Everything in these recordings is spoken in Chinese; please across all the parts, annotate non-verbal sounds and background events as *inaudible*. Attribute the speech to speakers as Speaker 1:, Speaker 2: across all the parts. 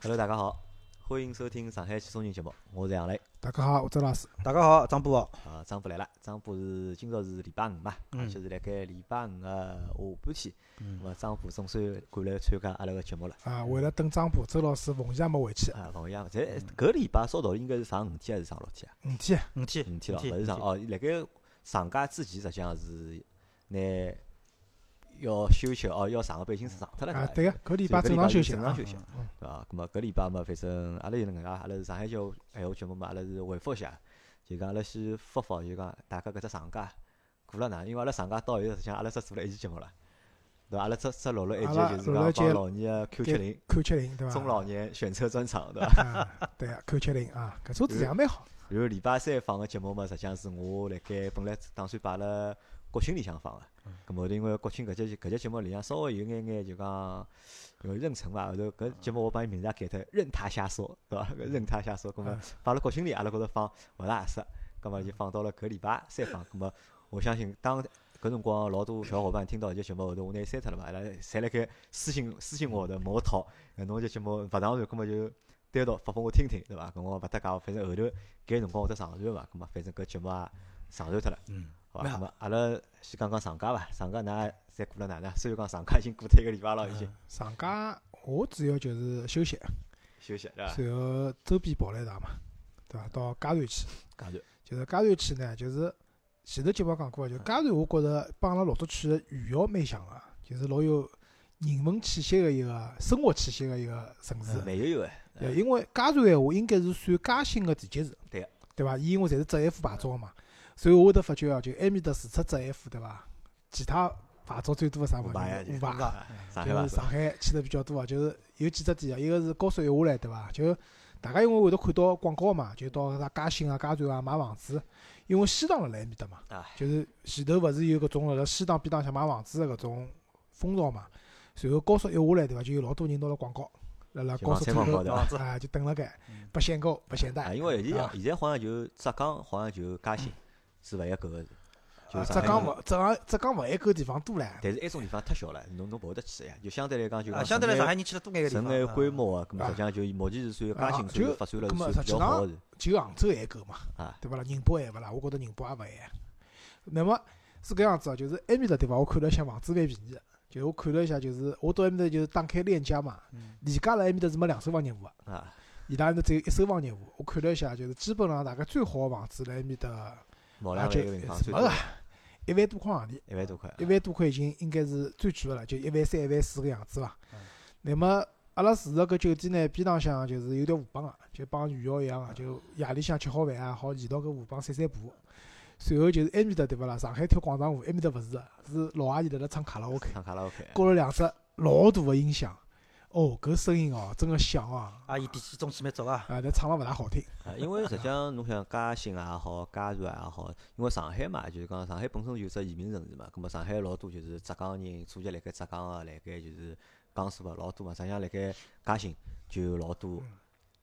Speaker 1: Hello，大家好，欢迎收听上海轻松人节目，我是杨磊。
Speaker 2: 大家好，我周老师。
Speaker 3: 大家好，张波，
Speaker 1: 啊，张波来了，张波是今朝是礼拜五嘛，而
Speaker 3: 嗯
Speaker 1: 且是辣盖礼拜五个下半天，
Speaker 3: 嗯
Speaker 1: 那么张波总算赶来参加阿拉个节目了。
Speaker 2: 啊，为了等张波，周老师逢夜没回去，
Speaker 1: 啊，同样，侪搿礼拜稍道理应该是上五天还是上六天啊？
Speaker 2: 五天
Speaker 3: 五天，
Speaker 1: 五天了，
Speaker 3: 嗯五
Speaker 1: 勿是上
Speaker 3: 五
Speaker 1: 哦。辣盖上假之前，实际上是拿要休息哦，要上个班已经是上脱了
Speaker 2: 啊，
Speaker 1: 伐
Speaker 2: 对个，搿礼拜
Speaker 1: 所以
Speaker 2: 正
Speaker 1: 搿
Speaker 2: 常休
Speaker 1: 礼拜
Speaker 2: 息
Speaker 1: 正常
Speaker 2: 啊
Speaker 1: 休。息
Speaker 3: 嗯
Speaker 2: 嗯
Speaker 1: 对伐？咁么搿礼拜嘛，反正阿拉就能介，阿拉是上海哎交闲话节目嘛，阿拉是回复一下，就讲阿拉先复复，就讲大家搿只长假过了哪？因为阿拉长假到现在，实际上阿拉只做了一期节目了，对伐？阿拉只只录了一
Speaker 2: 阿
Speaker 1: 集，
Speaker 2: 拉
Speaker 1: 就是
Speaker 2: 录了
Speaker 1: 讲
Speaker 2: 一集
Speaker 1: 帮老年个 Q 七零
Speaker 2: 看七零对伐？
Speaker 1: 中老年选车专场，对伐？
Speaker 2: 啊，对啊，看七零啊，搿车质量蛮好。
Speaker 1: 然后礼拜三放个节目嘛，实际上是我辣盖本来打算摆辣国庆里向放个，咁后头因为国庆搿节搿节节目里向稍微有眼眼就讲有妊娠伐，后头搿节目我帮伊名字也改脱，任他瞎说，对伐？搿任他瞎说，咁么
Speaker 2: 啊
Speaker 1: 摆辣国庆里阿拉觉着放勿大合适，咁啊么就放到了搿礼拜三放，咁么啊我相信当。搿辰光老多小伙伴听到搿节节目后头，我拿伊删脱了嘛，阿拉侪辣盖私信私信我的问我讨，哎侬搿节节目勿上传，搿么就单独发拨我听听，对伐？搿我勿搭界，反正后头搿辰光我得上传嘛，咁啊么反正搿节目也上传脱了，
Speaker 3: 嗯，
Speaker 1: 好伐？
Speaker 3: 蛮
Speaker 1: 咁
Speaker 3: 好
Speaker 1: 么阿拉先讲讲长假伐？长假㑚侪过了哪能？虽然讲长假已经过脱一个礼拜了，已经
Speaker 2: 嗯上家我主要就是休息，
Speaker 1: 休息对伐？
Speaker 2: 随后周边跑了一趟嘛，对伐？到嘉善去，
Speaker 1: 讲就
Speaker 2: 就是嘉善去呢，就是前头节目讲过个，就嘉善我觉着帮阿拉老早去个余姚蛮像个，就是老有人文气息个一个生活气息个一个城市。
Speaker 1: 慢悠悠个，
Speaker 2: 对，因为嘉善闲话应该是算嘉兴个地级市，
Speaker 1: 对个
Speaker 2: 对伐？伊因为侪是职业副牌照个嘛，所以我会得发觉啊，就埃面搭除脱职业副对伐？其他牌照最多个啥
Speaker 1: 五
Speaker 2: 物
Speaker 1: 排呀，就
Speaker 2: 事？
Speaker 1: 是
Speaker 2: 五
Speaker 3: 嗯
Speaker 2: 牌啊，
Speaker 1: 上海
Speaker 2: 就是
Speaker 1: 伐？
Speaker 2: 上海去的比较多啊，就是有几只店啊，一个是高速一下来对伐？就大家因为会得看到广告嘛，就到啥嘉兴啊、嘉善啊买房子，因为西塘辣辣埃面搭嘛
Speaker 1: 哎，
Speaker 2: 就是前头勿是有搿种辣辣西塘边浪向买房子个搿种风潮嘛，随后高速一下来对伐？就有老多人拿了广告辣辣
Speaker 1: 就
Speaker 2: 高
Speaker 1: 往
Speaker 2: 速
Speaker 1: 采
Speaker 2: 出
Speaker 1: 访
Speaker 2: 口
Speaker 1: 高头伐？
Speaker 2: 啊，就等了该，不限购，不限
Speaker 1: 啊，
Speaker 2: 贷。
Speaker 1: 因为现在
Speaker 2: 啊
Speaker 1: 现在好像就浙江好像就嘉兴是勿一个搿个是，就
Speaker 2: 啊
Speaker 1: 上
Speaker 2: 浙
Speaker 1: 海
Speaker 2: 江
Speaker 1: 人
Speaker 2: 勿，浙江浙江勿限购地方多唻。
Speaker 1: 但是埃种地方太小了，侬侬勿会得去个呀。就相对来讲就
Speaker 3: 啊，
Speaker 1: 讲
Speaker 3: 相对来
Speaker 1: 上
Speaker 3: 上
Speaker 1: 海
Speaker 3: 海人去了多眼个地
Speaker 1: 城
Speaker 3: 方，
Speaker 1: 内
Speaker 3: 啊
Speaker 1: 规，模啊，咁
Speaker 2: 啊
Speaker 1: 实际上就目前是算嘉兴
Speaker 2: 啊
Speaker 1: 算
Speaker 2: 就是
Speaker 1: 发展了
Speaker 2: 咁
Speaker 1: 算
Speaker 2: 么
Speaker 1: 比
Speaker 2: 实际
Speaker 1: 较好个是
Speaker 2: 只有杭州限购嘛，
Speaker 1: 啊，
Speaker 2: 对伐啦？宁波限勿啦？我觉着宁波也勿限。那么是搿样子啊，就是埃面搭对伐？我看了一下房子蛮便宜的，就是我看了一下，就是我到埃面搭就是打开链家嘛，
Speaker 3: 嗯
Speaker 2: 链家辣埃面搭是没两手房业务个，
Speaker 1: 啊，
Speaker 2: 伊拉埃面搭只有一手房业务。我看了一下，就是基本上大概最好个房子辣埃面搭
Speaker 1: 毛
Speaker 2: 也
Speaker 1: 两
Speaker 2: 啊就
Speaker 1: 万一个平方，
Speaker 2: 是
Speaker 1: 最
Speaker 2: 没
Speaker 1: 多
Speaker 2: 个一万多块行钿。
Speaker 1: 一万多块啊。
Speaker 2: 一万多块已经应该是最贵个了，就一万三、一万四个样子伐
Speaker 3: 嗯。
Speaker 2: 那么阿拉住个搿酒店呢，边浪向就是有点河浜个，就帮余姚一样个，啊就夜里向吃好饭啊，好沿到搿河浜散散步。随后就是埃面搭对勿啦？上海滩广场舞埃面搭勿是个，是老阿姨辣辣唱卡拉 OK，
Speaker 1: 唱卡拉 OK，
Speaker 2: 搞了两只老大个音响。哦，搿声音哦，真个响啊！
Speaker 3: 啊，伊底气中气蛮足啊，
Speaker 2: 啊，但唱了勿大好听。
Speaker 1: 啊因为实际上侬想嘉兴也好，嘉善也好，因为上海嘛，就是讲上海本身就是只移民城市嘛，咁么上海老多就是浙江人祖籍辣盖浙江个，啊辣盖就是江苏个啊老多嘛，实际上辣盖嘉兴就有老多
Speaker 2: 嗯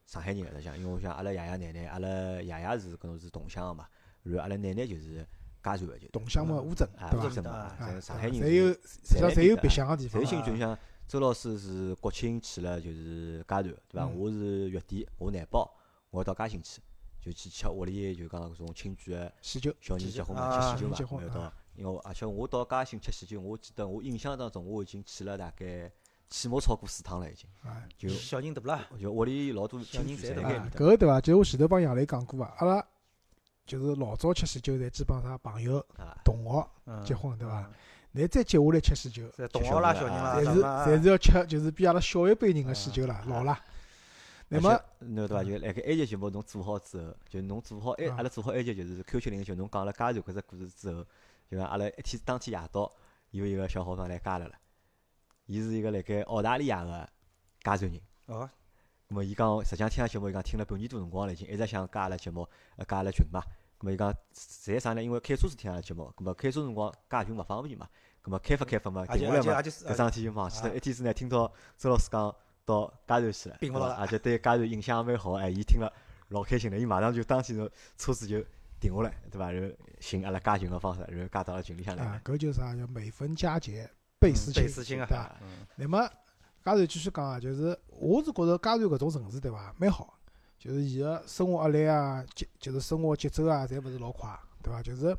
Speaker 1: 上海人个，实际上，因为我想阿拉爷爷奶奶，阿拉爷爷是搿种是同乡个嘛，然后阿拉奶奶就是嘉善个，就是
Speaker 2: 同乡嘛，乌镇
Speaker 1: 啊，
Speaker 2: 对
Speaker 1: 乌
Speaker 2: 伐？
Speaker 1: 镇嘛，
Speaker 3: 啊
Speaker 1: 啊
Speaker 2: 啊，
Speaker 1: 上海人
Speaker 2: 侪有，
Speaker 1: 是
Speaker 2: 实际上侪有
Speaker 1: 侪
Speaker 2: 白相个地方
Speaker 1: 随
Speaker 2: 啊。
Speaker 1: 性就像周老师是国庆去了，就是嘉善，对伐？
Speaker 2: 嗯
Speaker 1: 我是月底，我难保我要到嘉兴去，就去吃屋里就讲搿种亲眷个
Speaker 2: 喜酒，
Speaker 1: 小人
Speaker 3: 喜
Speaker 1: 结
Speaker 3: 酒
Speaker 1: 婚嘛，吃
Speaker 3: 啊
Speaker 1: 喜酒嘛，
Speaker 2: 结婚
Speaker 1: 我要到
Speaker 2: 啊。
Speaker 1: 因为我而且我到嘉兴吃喜酒，我记得我印象当中我已经去了大概起码超过四趟了，已经。
Speaker 2: 啊，
Speaker 1: 就
Speaker 3: 小人大不啦？
Speaker 1: 就屋里老多亲
Speaker 3: 小人
Speaker 1: 眷
Speaker 3: 侪
Speaker 1: 侪
Speaker 3: 辣
Speaker 1: 辣盖
Speaker 2: 啊
Speaker 1: 面，
Speaker 2: 搿个对伐？就是我前头帮杨磊讲过啊，阿拉就是老早吃喜酒，侪基本上朋友、
Speaker 1: 搭啊。
Speaker 2: 同学
Speaker 3: 嗯
Speaker 2: 结婚对伐
Speaker 3: 嗯？
Speaker 2: 乃再接下来吃喜酒，
Speaker 3: 是同学啦，
Speaker 1: 小
Speaker 3: 小
Speaker 2: 侪
Speaker 3: 人啦，啥
Speaker 2: 是
Speaker 3: 嘛啊
Speaker 2: 侪是要吃，就是比阿拉小一辈人个喜酒啦
Speaker 1: 啊，
Speaker 2: 老啦。那
Speaker 1: 而
Speaker 2: 么
Speaker 1: 且
Speaker 3: 嗯
Speaker 1: 侬对伐？就辣盖埃及节目侬做好之后，就侬做好埃，
Speaker 2: 啊
Speaker 1: 阿拉做好埃及就是 Q 七零就侬讲了嘉善搿只故事之后，就讲阿拉一天当天夜到有一个小伙伴来加了了，伊是一个辣盖澳大利亚个加州人。
Speaker 3: 哦，
Speaker 1: 咁么伊讲，实际上听阿拉节目，伊讲听了半年多辰光了，已经一直想加阿拉节目，呃，加阿拉群嘛。咁么伊讲，侪啥呢？因为开车子听阿拉节目，咁么开车辰光加群勿方便嘛。咁么开发开发嘛，
Speaker 3: 而
Speaker 1: 停
Speaker 3: 且
Speaker 1: 下来
Speaker 3: 而且
Speaker 1: 嘛
Speaker 3: 而，且是
Speaker 1: 搿桩事体就忘记脱。
Speaker 3: 啊
Speaker 1: 一天之内听到周老师讲到嘉善去了，
Speaker 3: 并
Speaker 1: 对
Speaker 3: 勿
Speaker 1: 伐
Speaker 3: 了
Speaker 1: 而且对嘉善印象蛮好，哎，伊听了老开心了，伊马上就当天就车子就停下来，对伐？然后寻阿拉加群个方式，然后加到阿拉群里向来
Speaker 2: 啊
Speaker 1: 了。，
Speaker 2: 搿就是啥？叫每逢佳节倍思
Speaker 3: 倍
Speaker 2: 亲，
Speaker 3: 思亲啊
Speaker 2: 对伐？
Speaker 3: 嗯
Speaker 2: 那么嘉善继续讲啊，就是我是觉着嘉善搿种城市对伐，蛮好，就是伊个生活压力啊，节就是生活节奏啊，侪勿是老快，对伐？就是呃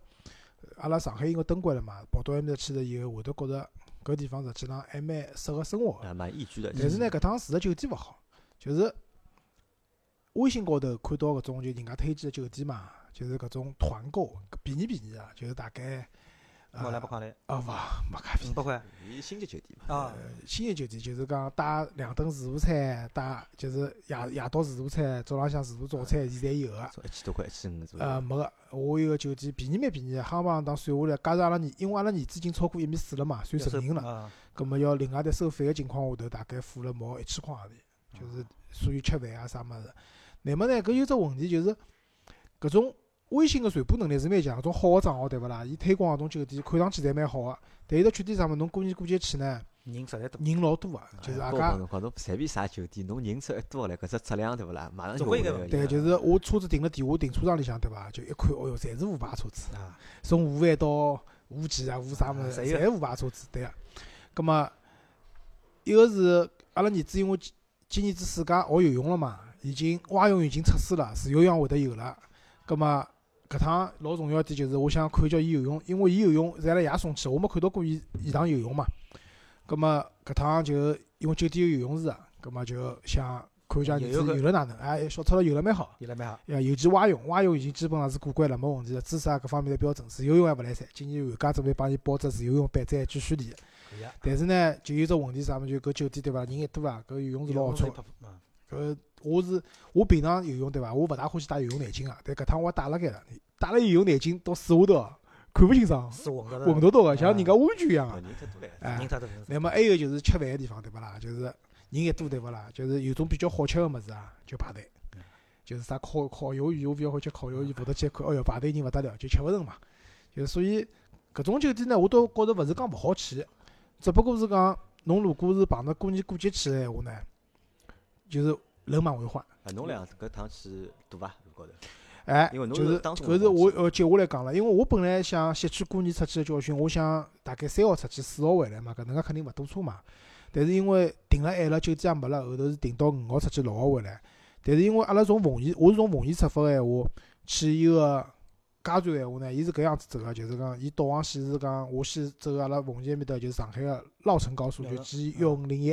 Speaker 2: 阿拉上海因为登关了嘛，跑到埃面搭去了以后，会得觉着搿地方实际浪还蛮适合生活个。
Speaker 3: 嗯
Speaker 1: 啊，蛮宜居的。
Speaker 2: 但是呢，搿趟住个酒店勿好，就是微信高头看到搿种就人家推荐的酒店嘛，就是搿种团购，便宜便宜啊，就是大概呃
Speaker 3: 没来不讲来，
Speaker 2: 啊勿没介便宜
Speaker 3: 五百块
Speaker 1: 伊星级酒店嘛，
Speaker 3: 啊，
Speaker 2: 新的酒店就是讲带两顿自助餐，带就是夜夜到自助餐，早浪向自助早餐，伊侪有个。
Speaker 1: 从一千多块、一千五左右。
Speaker 2: 呃，没个，我有个酒店便宜蛮便宜的，夯不啷当算下来，加上阿拉儿，因为阿拉儿子已经超过一米四了嘛，算成人了，
Speaker 3: 了，
Speaker 2: 葛末要另外再收费个情况下头，大概付了毛一千块洋钿，就是所有吃饭啊啥物事。乃末呢，搿有只问题就是，搿种微信个传播能力是蛮强，搿种好个账号对勿啦？伊推广搿种酒店，看上去侪蛮好个，但伊个缺点是啥物事？侬过年过节去呢，
Speaker 3: 人实在多，
Speaker 2: 人老多个，就是
Speaker 1: 哎
Speaker 2: 大
Speaker 1: 包
Speaker 2: 家
Speaker 1: 括。辰光侬随便啥酒店，侬人凑一多来，搿只质量对勿啦？马上就
Speaker 3: 总归
Speaker 1: 下
Speaker 3: 应该
Speaker 1: 来
Speaker 3: 问
Speaker 1: 了
Speaker 2: 对，
Speaker 1: 呀
Speaker 2: 就是我车子停了地下停车场里向，对伐？就一看，哦哟，侪是无牌车子，
Speaker 3: 啊，
Speaker 2: 从五万到五几啊，五啥物事，
Speaker 3: 啊
Speaker 2: 侪
Speaker 3: 侪有
Speaker 2: 是无牌车子，对个。葛末一个是阿拉儿子，因为今今年子暑假学游泳了嘛，已经蛙泳已经测试了，自由泳会得有了。葛末搿趟老重要一点就是，我想看叫伊游泳，因为伊游泳是阿拉爷送去，我没看到过伊现场游泳嘛。葛末搿趟就因为酒店有游泳池啊，葛末就想看一下儿子
Speaker 3: 游游
Speaker 2: 游了
Speaker 3: 个
Speaker 2: 哪能，哎，小超了游了蛮好。
Speaker 3: 伊拉蛮好，
Speaker 2: 哎呀，尤其蛙泳，蛙泳已经基本上是过关了，没问题了，知识啊各方面的标准。自由泳还勿来三，今年寒假准备帮伊报只自由泳班，再继续练。
Speaker 3: 可以啊，
Speaker 2: 但是呢，就有只问题是啥么？就搿酒店对伐，人一多啊，搿游泳池老好冲。
Speaker 3: 嗯，
Speaker 2: 搿我是我平常游泳对伐，我勿大欢喜戴游泳眼镜啊，但搿趟我也戴辣盖了，戴了游泳眼镜到水下头啊看勿清爽，
Speaker 3: 是混得
Speaker 2: 混到
Speaker 3: 的，
Speaker 2: 到啊个像人家弯曲一样
Speaker 1: 哦
Speaker 2: 啊。
Speaker 1: 人太多了。
Speaker 2: 哎
Speaker 3: 人太多，
Speaker 2: 那么还有就是吃饭个地方对勿啦？就是人一多对勿啦？就是有种比较好吃个物事啊，就排队
Speaker 3: 嗯。
Speaker 2: 就是啥烤烤鱿鱼，我比较好吃烤鱿鱼，跑到去一看，哎哟，排队人勿得了，就吃勿成嘛。就是所以搿种酒店呢，我倒觉着勿是讲勿好去，只不过是讲侬如果是碰着过年过节去个闲话呢，就是人满为患。
Speaker 1: 啊，侬俩搿趟去大伐？路
Speaker 2: *laughs*
Speaker 1: 高头
Speaker 2: 哎，
Speaker 1: 因为侬
Speaker 2: 就是是
Speaker 1: 当时
Speaker 2: 搿
Speaker 1: 辰
Speaker 2: 是
Speaker 1: 光
Speaker 2: 我
Speaker 1: 去
Speaker 2: 呃接下来讲了，因为我本来想吸取过年出去的教训，我想大概三号出去，四号回来嘛，搿能介肯定勿堵车嘛。但是因为停了晚了，酒店也没了，后头是停到五号出去，六号回来。但是因为阿拉从奉贤，我是从奉贤出发个闲话，去伊个加州个闲话呢，伊是搿样子走个，就是讲伊导航显示讲，我先走阿拉奉贤埃面搭，就是上海个绕城高速，就
Speaker 3: 绕城
Speaker 2: 去幺五零一，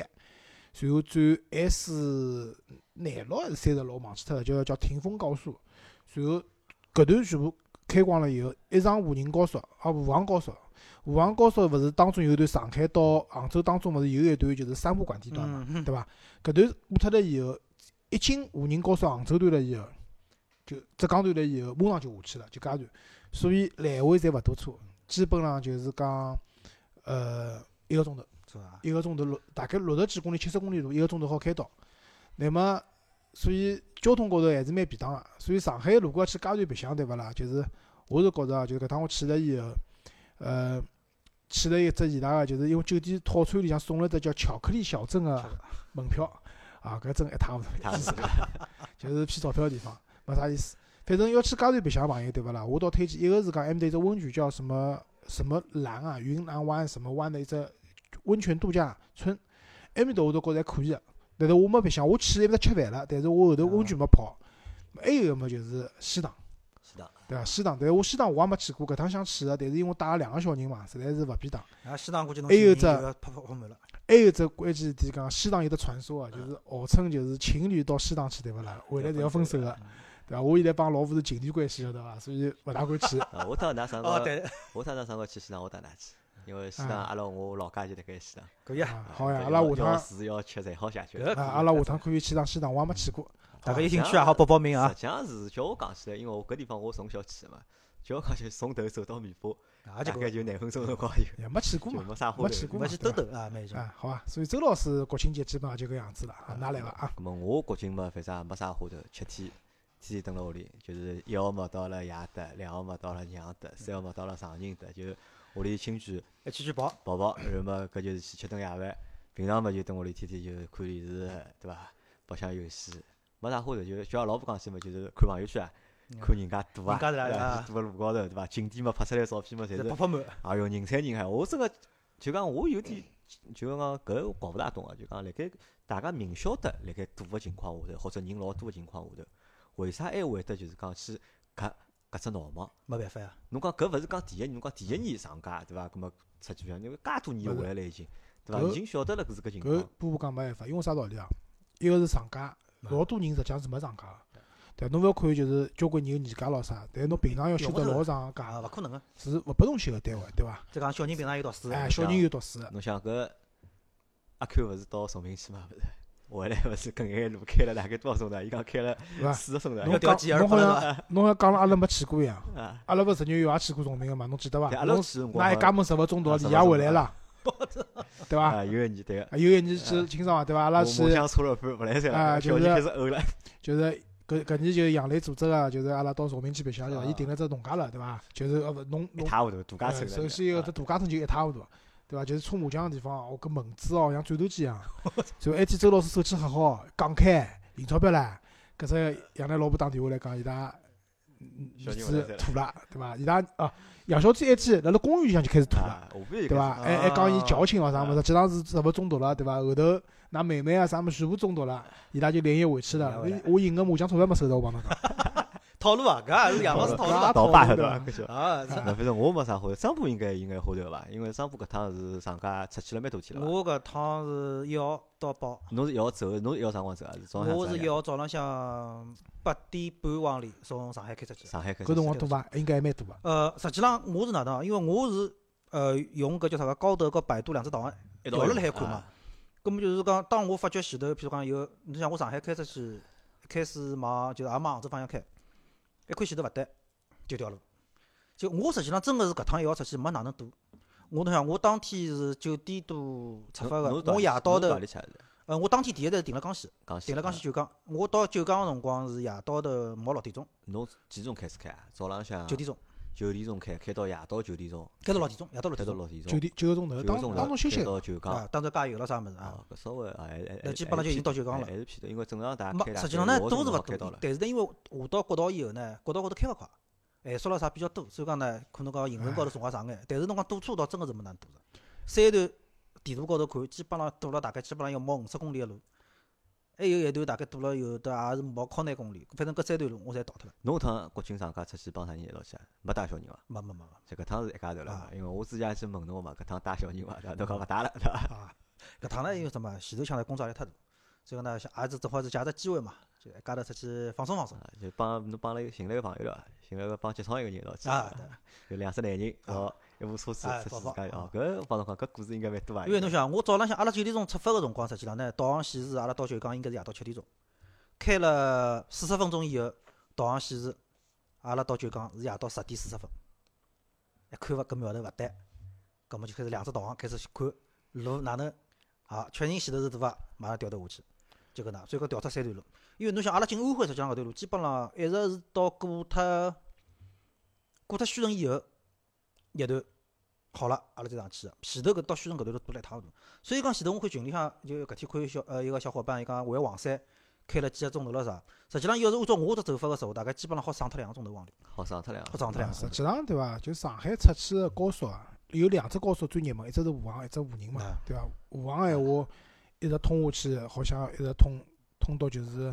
Speaker 2: 然后转 S 廿六还是三十六，忘记脱了，叫叫霆锋高速。然后搿段全部开光了以后，一上沪宁高速啊，沪杭高速，沪杭高速勿是当中有一段上海到杭州当中勿是有一段就是三不管地段嘛，
Speaker 3: 嗯，
Speaker 2: 对伐？搿段过脱了以后，一进沪宁高速杭州段了以后，就浙江段了以后，马上就下去了，就加段，所以来回侪勿堵车，基本上就是讲，呃，一个钟头。
Speaker 3: 是吧？
Speaker 2: 一个钟头六大概六十几公里、七十公里路，一个钟头好开到。那么，所以交通高头还是蛮便当个。所以上海如果要去加州白相，对勿啦？就是我是觉着啊，就是搿趟我去了以后，呃，去了一只伊拉个，就是因为酒店套餐里向送了只叫巧克力小镇个门票啊，搿真一塌糊涂，
Speaker 1: 一塌糊涂
Speaker 2: 就是骗钞票个地方，没啥意思。反正要去加州白相个朋友，对勿啦？我倒推荐一个是讲埃面搭有只温泉叫什么什么蓝啊，云南湾什么湾的一只温泉度假村，埃面搭我都觉着还可以个。但是我没白相，我去埃面搭吃饭了，但是我后头温泉没泡。还有一个么就是西塘，
Speaker 1: 西塘，
Speaker 2: 对伐？西塘，但是我西塘我也没去过，搿趟想去个，但是因为我带了两个小人嘛，实在是勿便当。
Speaker 3: 啊，西塘估计侬
Speaker 2: 还有
Speaker 3: 只
Speaker 2: 只
Speaker 3: 要拍拍满了，
Speaker 2: 还有只关键点讲，西塘有得传说啊，就是号称就是情侣到西塘去对勿啦，回来侪要分手个，对伐？我现在帮老婆是情侣关系个对伐？所以勿大敢
Speaker 1: *laughs*
Speaker 2: 去。
Speaker 1: 啊，我趟㑚啥
Speaker 3: 哦，
Speaker 1: 个？
Speaker 3: 对，
Speaker 1: 我趟㑚啥个去西塘？我带㑚去，因为西塘
Speaker 2: 啊
Speaker 1: 阿拉我老家就辣盖西塘。
Speaker 3: 可以啊，
Speaker 2: 啊好呀，
Speaker 1: 对
Speaker 2: 阿拉
Speaker 1: 要
Speaker 2: 下
Speaker 1: 要
Speaker 2: 趟
Speaker 1: 住要吃，侪好解决。
Speaker 3: 搿
Speaker 2: 啊，阿拉下趟可以去趟西塘，我也没去过。
Speaker 3: 大家有兴趣也好报报名啊
Speaker 1: 实，际上是叫我讲起来，因为我搿地方我从小去的嘛，叫我讲起来从头走到尾巴，
Speaker 3: 啊，
Speaker 1: 大
Speaker 3: 就
Speaker 1: 概就廿分钟辰
Speaker 3: *laughs*
Speaker 1: 光有，
Speaker 2: 也没去过
Speaker 1: 就
Speaker 2: 嘛，
Speaker 1: 没啥花
Speaker 2: 没
Speaker 1: 头
Speaker 2: 去过
Speaker 3: 勿
Speaker 2: 嘛
Speaker 3: 去
Speaker 2: 对
Speaker 3: 兜兜啊，蛮有劲，
Speaker 2: 啊，好啊，所以周老师国庆节基本上就搿样子了，啊，㑚来伐啊？
Speaker 1: 咁么我国庆嘛，反正也没啥花头，七天，天天蹲辣屋里，就是一号嘛到了爷搭，两号嘛到了娘搭，三号嘛到了上人搭，就是屋里亲眷
Speaker 3: 一起去跑，
Speaker 1: 跑跑，然后嘛搿就是去吃顿夜饭，平常嘛就蹲屋里天天就看电视，对伐？白相游戏，没啥花头，就是叫阿拉老婆讲起嘛，就是看朋友圈啊，看人家赌啊，
Speaker 3: 嗯人家
Speaker 1: 对
Speaker 3: 是哪里
Speaker 1: 伐
Speaker 3: 啊
Speaker 1: 赌个路高头，对伐？景点嘛拍出来的照片嘛，侪啊
Speaker 3: 就是拍拍满，
Speaker 1: 哎哟，人山人海，我真个就讲我有点就是讲搿个我搞勿大懂个，啊就讲辣盖大家明晓得辣盖堵个情况下头，或者人老多个情况下头，为啥还会得就是讲去搿搿只闹忙？
Speaker 3: 没办法呀，
Speaker 1: 侬讲搿勿是讲第一年，侬讲第一年上架对伐？葛末出去像因为介多年
Speaker 2: 勿是
Speaker 1: 回来了已经，对伐？
Speaker 2: 搿
Speaker 1: 已经晓得了搿是搿情
Speaker 2: 搿
Speaker 1: 况，
Speaker 2: 波波讲没办法，因为啥道理啊？一个是上架，
Speaker 1: 嗯
Speaker 2: 老多人实际上是没上架个。对，侬勿要看就是交关人有年假咾啥，但是侬平常要休得老长个假，
Speaker 3: 啊，勿可能个。
Speaker 2: 是勿拨侬休个单位，对伐？
Speaker 3: 再讲小人平常有读啊书，
Speaker 2: 哎，小人又
Speaker 1: *laughs*
Speaker 2: 读书个，
Speaker 1: 侬想搿阿 Q 勿是到崇明去嘛？ *laughs* 勿是回来勿是搿眼路开了大概多少钟头？伊讲开了
Speaker 2: 是伐？
Speaker 1: 四十钟头，
Speaker 2: 啊侬
Speaker 3: 要
Speaker 2: 讲
Speaker 3: 调几个
Speaker 2: 侬
Speaker 3: 人
Speaker 2: 好
Speaker 3: 过来
Speaker 2: 像侬好像讲了阿拉没去过一样，
Speaker 1: 啊，
Speaker 2: 阿拉勿十月有也去过崇明个嘛，侬记得伐
Speaker 1: 对？阿拉
Speaker 2: 啊侬
Speaker 1: 去辰光
Speaker 2: 那一家门十个钟头，
Speaker 1: 啊
Speaker 2: 李
Speaker 1: 十个
Speaker 2: 爷回来
Speaker 1: 钟头 *laughs*
Speaker 2: 了，对伐？
Speaker 1: 啊，有一年对个，
Speaker 2: 啊有一年去青藏，啊对伐？阿
Speaker 1: 我
Speaker 2: 拉去
Speaker 1: 我想车了半，勿来三
Speaker 2: 啊
Speaker 1: 了，
Speaker 2: 就
Speaker 1: 小
Speaker 2: 是
Speaker 1: 人开始呕了，
Speaker 2: 就是搿搿年就是杨澜组织个，就是阿拉到崇明去白相去了，
Speaker 1: 啊
Speaker 2: 伊订了只农家乐，对伐？就是呃勿侬
Speaker 1: 一
Speaker 2: 侬
Speaker 1: 塌糊涂，大家
Speaker 2: 呃
Speaker 1: 村
Speaker 2: 首先有
Speaker 1: 有
Speaker 2: 只大家村就一塌糊涂，对伐？就是搓麻将个地方，哦，搿门子哦像战斗机一样。
Speaker 1: *laughs*
Speaker 2: 然后埃天周老师手气黑好，讲开赢钞票唻。搿只杨澜老婆打电话来讲，伊拉嗯
Speaker 1: 小
Speaker 2: 儿
Speaker 1: 人勿来
Speaker 2: 子
Speaker 1: 塞了
Speaker 2: 吐了，对伐？伊拉啊杨小天埃天辣辣公园里向就开始吐了。
Speaker 1: 啊，下边一个
Speaker 2: 对伐？
Speaker 3: 始
Speaker 2: 还还讲伊矫情哦啥物事，
Speaker 1: 啊
Speaker 2: 这趟是什么中毒了，对伐？后头㑚妹妹啊啥物事全部中毒了，伊拉就连夜回去
Speaker 3: 连
Speaker 2: 了
Speaker 3: 夜回来。
Speaker 2: 我赢个麻将钞票没收到，我帮侬讲。
Speaker 1: *laughs*
Speaker 3: 套路啊，搿也是杨
Speaker 1: 哎
Speaker 3: 老师套路啊
Speaker 2: 搿
Speaker 1: 倒把
Speaker 2: 讨
Speaker 1: 晓
Speaker 2: 论
Speaker 1: 得伐？
Speaker 2: 的
Speaker 1: 搿就
Speaker 3: 啊。是
Speaker 1: 那反正我没啥后头，张波应该应该后头伐？因为张波搿趟是上家出去了蛮多天了伐。
Speaker 3: 我搿趟是一号到八，
Speaker 1: 侬是一号走的，侬是一号啥辰光走啊？是早上
Speaker 3: 我
Speaker 1: 啥
Speaker 3: 是
Speaker 1: 呀
Speaker 3: 一号早浪向八点半往里从上海开出去。
Speaker 1: 上海开
Speaker 2: 搿
Speaker 1: 始
Speaker 2: 辰光多伐？应该还蛮啊多伐？
Speaker 3: 呃，实际上我是哪能啊？因为我是呃用搿叫啥个高德和百度两只档案。
Speaker 1: 一
Speaker 3: 调
Speaker 1: 道
Speaker 3: 了辣海看嘛。根本就是讲，当我发觉前头，譬如讲有，你像我上海开出去，开始往就是也往杭州方向开，一看前头勿对，就调路。就我实际上真个是搿趟一号出去没哪能多。我侬想，我当天是九点多出发
Speaker 1: 侬
Speaker 3: 个
Speaker 1: 侬，到
Speaker 3: 我
Speaker 1: 底
Speaker 3: 夜到
Speaker 1: 侬到
Speaker 3: 头
Speaker 1: 底，去啊是
Speaker 3: 呃，我当天第一站停了江西，
Speaker 1: 江西
Speaker 3: 停了江
Speaker 1: 啊
Speaker 3: 西九江。我到九江个辰光是夜到头，没六点钟，
Speaker 1: 侬几钟开始开啊？早浪向
Speaker 3: 九点钟，
Speaker 1: 九点钟开，开到夜到九点钟，
Speaker 3: 开到六点钟，夜到六
Speaker 1: 开
Speaker 3: 点
Speaker 1: 到
Speaker 3: 钟
Speaker 1: 六点钟，
Speaker 2: 九点九个钟头，
Speaker 1: 九个
Speaker 2: 当
Speaker 1: 钟
Speaker 2: 当
Speaker 1: 头
Speaker 2: 中休息
Speaker 1: 开
Speaker 2: 个。
Speaker 1: 到九江
Speaker 3: 啊，当然加油了啥物事啊，
Speaker 1: 啊，搿稍微啊还还
Speaker 3: 那
Speaker 1: 还
Speaker 3: 基本上就已经到九江
Speaker 1: 还
Speaker 3: 了
Speaker 1: 还。是偏多，因为正常大家
Speaker 3: 没
Speaker 1: 开，两
Speaker 3: 实际上呢
Speaker 1: 天
Speaker 3: 都
Speaker 1: 我
Speaker 3: 是
Speaker 1: 辰
Speaker 3: 勿
Speaker 1: 光开到
Speaker 3: 多
Speaker 1: 了，，
Speaker 3: 但是呢，因为下到国道以后呢，国道高头开勿快，限速了啥比较多，所以讲呢，可能讲行人高头辰光上眼，但是侬讲堵车倒真个是没难堵的。三段地图高头看，基本上堵了大概基本上要毛五十公里个路，还有一段大概堵了有的也是毛靠廿公里，反正搿三段路我侪倒脱了，
Speaker 1: 侬搿趟国庆长假出去帮啥人一道去啊？没带小人伐？
Speaker 3: 没没没没
Speaker 1: 就搿趟是一家头了嘛
Speaker 3: 啊，
Speaker 1: 因为我之前也去问侬嘛，搿趟带小人伐？对伐？侬讲勿带了，对伐？
Speaker 3: 啊！搿趟呢，因为什么前头抢来工作压力太大，所以讲呢，想也是正好是借只机会嘛，就一家头出去放松放松
Speaker 1: 啊就帮侬帮了一个寻了一个朋友了，寻了个帮结创一个人一道去
Speaker 3: 啊。对
Speaker 1: 有两只男人，然后一部车子
Speaker 3: 哎
Speaker 1: 出去
Speaker 3: 宝
Speaker 1: 自
Speaker 3: 宝
Speaker 1: 驾游。哦搿帮侬讲搿故事应该蛮多啊。
Speaker 3: 因为侬
Speaker 1: 应
Speaker 3: 想，我早浪向阿拉九点钟出发个辰光，实际上呢，导航显示阿拉到九江应该是夜到七点钟，开了四十分钟以后，导航显示阿拉到九江是夜到十点四十分。一看勿搿苗头勿对，搿么就开始两只导航开始去看路哪能啊，确认前头是对伐？马上调头下去，就搿能，所以讲调出三段路。因为侬想，阿拉进安徽实际上搿段路基本上一直是到过脱过脱徐城以后一段好了，阿拉再上去个。前头搿到徐城搿段路堵了一塌糊涂，所以讲前头我看群里向就搿天看有小呃一个小伙伴伊讲回黄山开了几个钟头了啥，实际上要是按照我这走法个时候，大概基本上好省脱两个钟头往里，
Speaker 1: 该好上脱两个。
Speaker 3: 好省脱两个
Speaker 2: 实
Speaker 3: 钟头。
Speaker 2: 际上对伐？就上海出去个高速啊，有两只高速最热门，一只是武行，一只武
Speaker 1: 嗯
Speaker 2: 宁嘛
Speaker 3: 啊，
Speaker 2: 对伐？武行闲话一直通下去，好像一直通通到就是